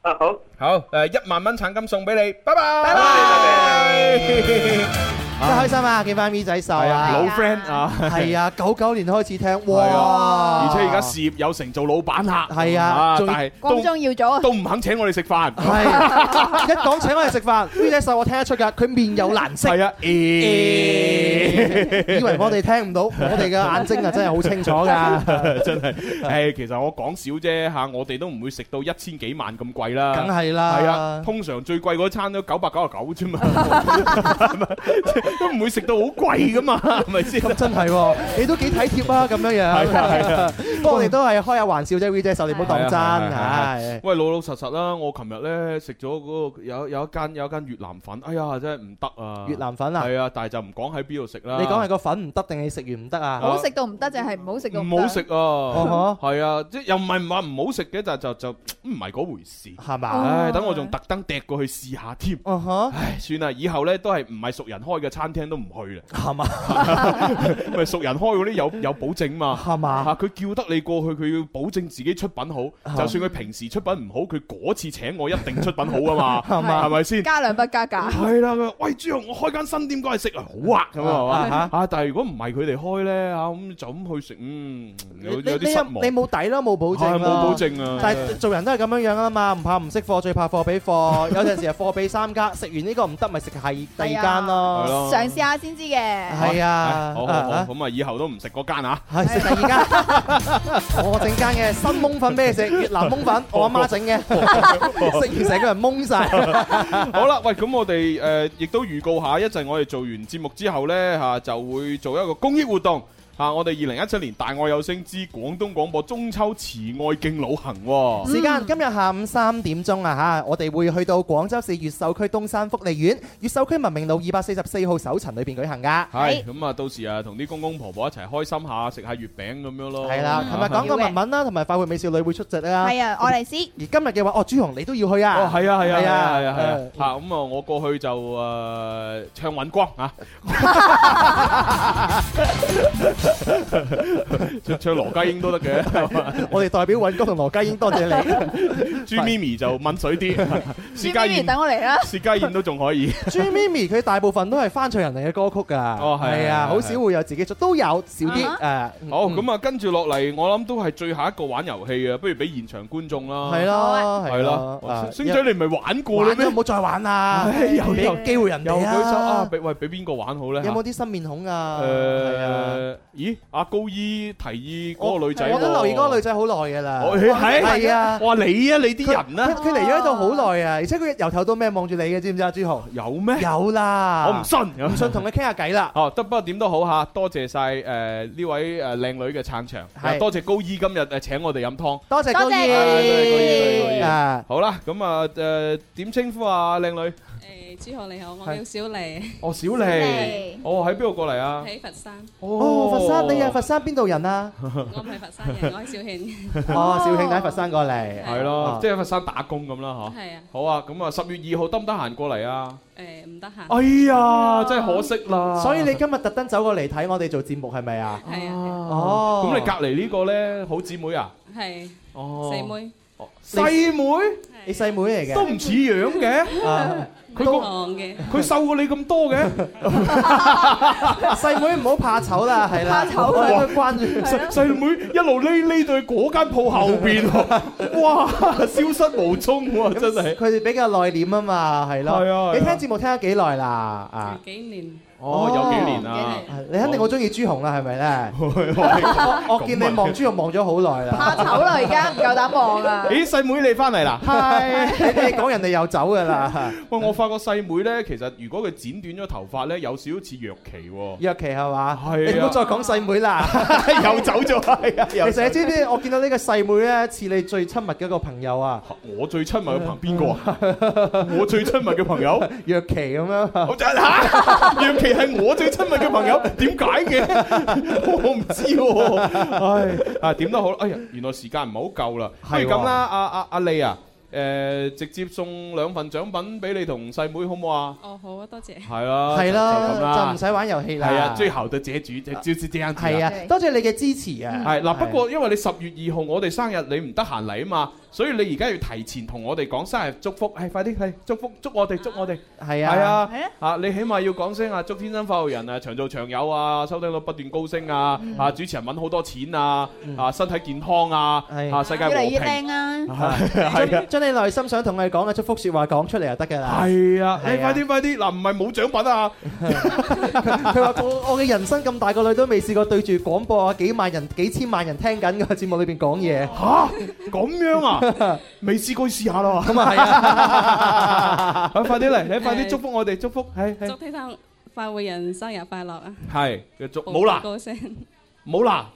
B: 啊好，
C: 好，诶，一萬蚊橙金送俾你，拜拜，拜拜。
D: 真係開心啊！見翻咪仔瘦
C: 係
D: 啊，
C: 啊老 friend 啊
D: 係啊，九九年開始聽，
C: 係啊
D: 哇！
C: 而且而家事業有成做老闆啦，
D: 係啊仲
C: 但係
E: 光
C: 都
E: 宗耀祖啊！
C: 都唔肯請我哋食飯，
D: 係一講請我哋食飯，咪仔瘦我聽得出㗎，佢面有難色。
C: 係啊，
D: 以為我哋聽 唔到，我哋嘅眼睛啊真係好清楚 㗎。
C: 真係，誒，其實我講少啫嚇，我哋都唔會食到一千幾萬咁貴啦，
D: 梗係啦
C: 係啊，通常最貴嗰餐都九百九十九 啫嘛，係咪都唔會食到好貴噶嘛，係咪先？
D: 咁真係喎，你都幾體貼啊咁樣樣。
C: 係啊係啊
D: 不過我哋都係開下玩笑啫，V 姐瘦，你唔好當
C: 係啊
D: 真
C: 係
D: 嚇
C: 啊。係啊 喂，老老實實啦，我琴日咧食咗嗰個有有一間有一間越南粉，哎呀，真係唔得啊！
D: 越南粉啊
C: 係啊，但係就唔講喺邊度食啦。
D: 你講係個粉唔得定係食完唔得啊？
C: 啊
Q: 好食到唔得就係唔好食到
C: 唔好食
Q: 得。
D: 哦
C: 啊，係啊，即係又唔係話唔好食嘅，但係就就嗯唔係嗰回事，係啊
D: 嘛
C: 唉，等我仲特登趯過去試下添。
D: Uh-huh
C: 唉，算啦，以後咧都係唔係熟人開嘅餐廳都唔 去啦。
D: 係嘛？
C: 咪熟人開嗰啲有有保證 嘛？
D: 係嘛
C: 啊佢叫得你過去，佢要保證自己出品好，就算佢平時出品唔好，佢嗰次請我一定出品好啊嘛，
D: 係嘛
C: 係咪先？
Q: 加量不加價。
C: 係啦，佢話喂朱紅，我開間新店過嚟食啊，好啊，咁啊係嘛
D: 啊
C: 啊！但係如果唔係佢哋開咧嚇，咁就咁去食，嗯 有
D: 你
C: 有
D: 你
C: 啲失望。
D: 你冇底啦，冇保證啦
C: 係冇保證啊
D: 但係做人都係咁樣樣啊嘛，唔怕唔識貨，最怕貨比貨。有陣時係啊貨比三家，食完呢個唔得，咪食係第二間
C: 係
D: 咯
C: 咯。
Q: 嘗試下先知嘅。
D: 係啊，
C: 好好好，咁啊以後都唔食嗰間啊。
D: 係食第二間。我整間嘅新檬粉俾你食， 越南檬粉，我阿媽整 嘅，食完成個人 懵晒。
C: 好啦，喂，咁我哋誒亦都預告下，一陣我哋做完節目之後呢，嚇、就會做一個公益活動。嚇、我哋二零一七年大愛有聲之廣東廣播中秋慈愛敬老行喎、
D: 時間今日下午三點鐘啊嚇，我哋會去到廣州市越秀區東山福利院越秀區文明路二百四十四號首層裏邊舉行㗎。
C: 係咁啊，到時啊，同啲公公婆婆一齊開心下，食下月餅咁樣咯。嗯
D: 係啦，啊琴日講過文文啦，同埋快活美少女會出席啦。
E: 係啊，愛麗絲。
D: 而今日嘅話，哦，朱紅你都要去啊。
C: 哦，係啊，係啊，係啊，係啊，係啊
D: 誒，
C: 嚇咁啊，我過去就誒唱尹光 啊，唱唱羅家英都得嘅。
D: 我哋代表尹哥同羅家英 多謝你。
C: 朱咪咪就問水啲，薛家燕
Q: 等我嚟啦
C: 薛家燕都仲可以。
D: 朱咪咪佢大部分都係翻唱人哋嘅歌曲㗎。哦
C: 係
D: 係啊，
C: 係
D: 好少會有自己做，都有少啲
C: 啊
D: 誒。
C: 好，咁啊，跟住落嚟，我諗都係最後一個玩遊戲嘅，不如俾現場觀眾啦。
D: 係啦
C: 啊係啦
D: 係啦。啊
C: 哇星仔，你唔係玩過啦
D: 玩
C: 咩
D: 啦，唔？好再玩啦，
C: 有
D: 俾個機會人
C: 有
D: 哋
C: 舉手啊！
D: 啊。
C: 俾喂，俾邊個玩好咧？
D: 有冇啲新面孔啊？係啊。
C: 誒？咦，阿高姨提議嗰個女仔喎，
D: 我都留意嗰個女仔好耐㗎啦。
C: 哦，係
D: 係啊。
C: 哇，你啊，你啲人
D: 佢
C: 啊，
D: 佢嚟咗喺度好耐啊，而且佢由頭到尾望住你嘅，知唔知啊？朱 豪
C: 有咩？
D: 有啦，
C: 我唔信
D: 唔信同佢傾下偈啦。
C: 哦，得不過點都好嚇，多謝晒誒呢位誒靚女嘅撐場，
D: 係
C: 又多謝高姨今日誒請我哋飲湯，
D: 多謝高
C: 啊多謝高姨，多謝高
D: 爾
C: 姨
D: 啊！
C: 好啦，咁啊誒點稱呼啊靚女？
R: 誒朱浩你好，我
C: 係
R: 叫小麗，
C: 哦小
R: 麗
C: 麗，哦喺邊度過嚟啊？
R: 喺佛山。
D: 哦，佛山，你係佛山邊度人 啊？
R: 我唔係佛山人，我係肇慶。
D: 哦，肇慶喺佛山過嚟，
C: 係咯
D: 哦，
C: 即係喺佛山打工咁啦嚇。
R: 係啊
C: 好啊，咁啊十月二號得唔得閒過嚟啊？
R: 誒唔得閒。
C: 哎呀，真係可惜啦。
D: 所以你今日特登走過嚟睇我哋做節目係咪啊？
R: 係啊，
D: 哦，
C: 咁你隔離呢個咧好姊妹啊？
R: 係
C: 哦，
R: 四妹，
C: 細妹
D: 你細妹嚟嘅，
C: 都唔似樣 嘅，
D: 啊
C: 佢
R: 都
C: 個
R: 行嘅。
C: 佢瘦過你咁多嘅。
D: 細妹唔好怕醜啦，係啦，
R: 怕醜啊
D: 我哋都關注。
C: 細細妹一路匿匿到去嗰間鋪後邊 喎，哇！消失無蹤喎，真係。
D: 佢哋比較內斂啊嘛，係
C: 係啊係
D: 咯。
C: 啊
D: 你聽節目聽咗幾耐啦？啊，
R: 幾年？
C: 哦，有幾年啊？
D: 你肯定好中意朱紅啦，係咪咧？ 我見你
C: 啊
D: 望朱紅望咗好耐啦。
E: 怕醜啦，而家唔夠膽望啊！
C: 咦，細妹你翻嚟啦？
D: 係，你講人哋又走㗎啦。
C: 喂，我發覺細妹咧，其實如果佢剪短咗頭髮咧，有少少似若琪喎。
D: 若琪係嘛？
C: 係啊
D: 你唔好再講細妹啦。
C: 又走咗，係啊，
D: 其
C: 又走
D: 實你知唔知？我見到呢個細妹咧，似你最親密嘅一個朋友啊，
C: 我最親密嘅朋邊個啊？我最親密嘅朋友，
D: 若琪咁樣。
C: 我真嚇，若琪係我最親密嘅朋友，點解嘅？我唔知喎。唉，啊點都好，哎呀，原來時間唔係好夠啦。不
D: 係喎
C: 如咁啦，阿阿阿麗啊，誒，直接送兩份獎品俾你同細妹，好唔好啊？
R: 哦好啊，多謝。
C: 係啦，
D: 係
C: 就咁啦
D: 啦，就唔使玩遊戲啦。
C: 係啊，最後就借主，就就就這樣子啦
D: 係啊，多謝你嘅支持啊。
C: 係嗱，不過因為你十月二號我哋生日，你唔得閒嚟啊嘛，所以你而家要提前同我哋講生日祝福，係快啲，係祝福，祝我哋，祝我哋，
S: 係
C: 係啊
S: 係啊，
C: 啊你起碼要講聲啊，祝天生快活人啊，長做長有啊，收聽率不斷高升啊，啊主持人揾好多錢啊，啊身體健康啊，啊世界和
E: 越嚟越
C: 平，
E: 靚啊！
C: 係啊。
S: 將你內心想同我哋講嘅祝福説話講出嚟就得㗎啦。
C: 係啊，
S: 係
C: 你快啲快啲，嗱唔係冇獎品啊！
S: 佢話我我嘅人生咁大個女都未試過對住廣播啊幾萬人 幾千萬人聽緊嘅節目裏邊講嘢。
C: 嚇咁樣 啊？未試過試下咯。
S: 咁啊係啊！
C: 啊快啲嚟，你快啲祝福我哋，祝福係係
R: 祝天生快活人生日快樂啊！
C: 係，祝冇啦
R: 步步高升，
C: 冇啦，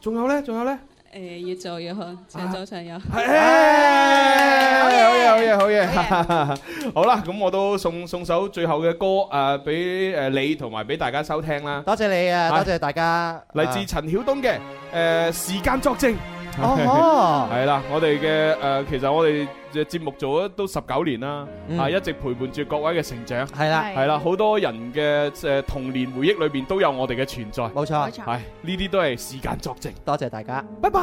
C: 仲有咧仲有咧。
R: 誒越做越好，長做長有。
C: 好嘢，好嘢，好嘢！ 好啦，咁我都送送首最後嘅歌誒，俾誒你同埋俾大家收聽啦。
S: 多謝你啊，多謝大家。
C: 嚟自陳曉東嘅誒時間作證。
S: 哦
C: 係啦，我哋嘅誒，其實我哋嘅節目做咗都十九年啦，
S: 嗯
C: 啊一直陪伴住各位嘅成長。
S: 係啦係
C: 係啦，好多人嘅誒童年回憶裏邊都有我哋嘅存在。冇
S: 錯冇錯
C: 係呢啲都係時間作證。
S: 多謝大家。
C: 拜拜。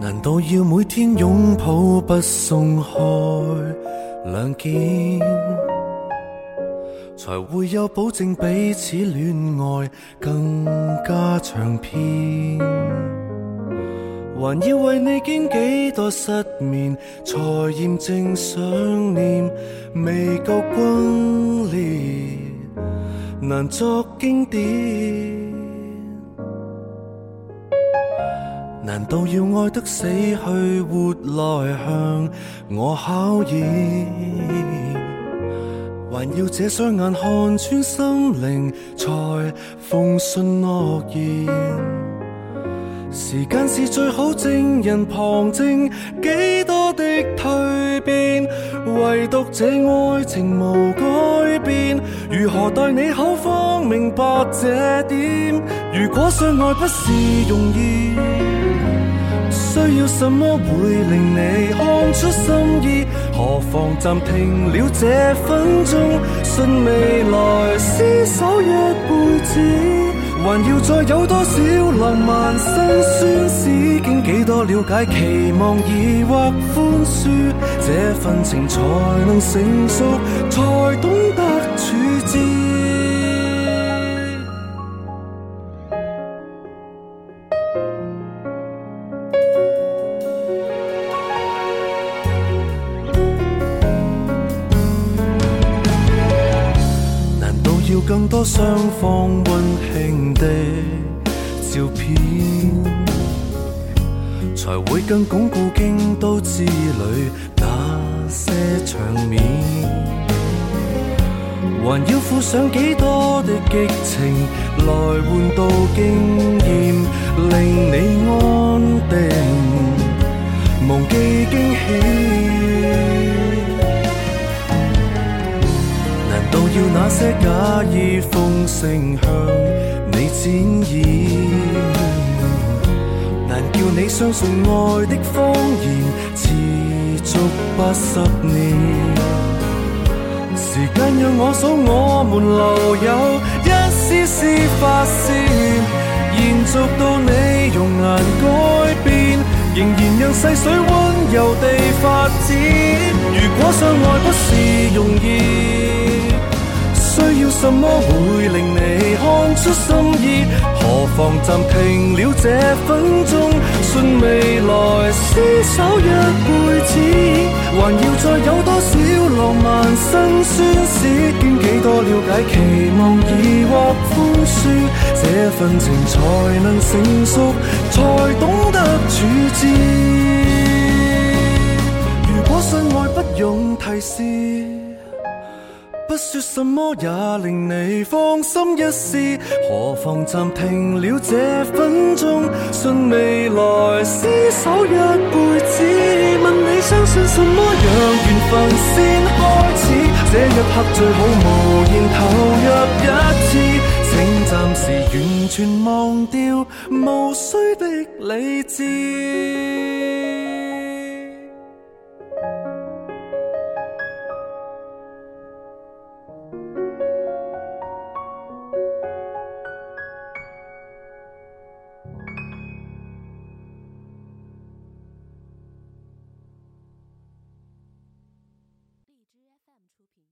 O: 难道要每天擁抱不鬆開兩肩，才會有保證彼此戀愛更加長篇？還要為你經幾多失眠，才驗證想念未夠轟烈，難作經典。難道要愛得死去活來向我考驗？還要這雙眼看穿心靈，才奉信諾言。時間是最好證人旁證，幾多的蛻變，唯獨這愛情無改變。如何待你好方明白這點？如果相愛不是容易。需要什麼會令你看出心意？何妨暫停了這分鐘，信未來厮守一輩子。還要再有多少浪漫辛酸史？經幾多了解、期望、疑惑、寬恕，這份情才能成熟，才懂得處置。難道要更多雙方溫馨的照片，才會更鞏固京都之旅那些場面？還要付上幾多的激情來換到經驗，令你安定，忘記驚喜。難道要那些假意奉承向你展現？難叫你相信愛的謊言持續八十年？時間讓我數我們留有一絲絲髮線。延續到你容顏改變，仍然讓細水溫柔地發展。如果相愛不是容易，需要什麼會令你看出心意？何妨暫停了這分鐘，信未來厮守一輩子。還要再有多少浪漫辛酸史？經幾多了解、期望、疑惑、寬恕，這份情才能成熟，才懂得處置。如果相愛不用提示。不說什麼也令你放心一試，何妨暫停了這分鐘，信未來厮守一輩子。問你相信什麼，讓緣分先開始，這一刻最好無言投入一次，請暫時完全忘掉無需的理智。
T: 品。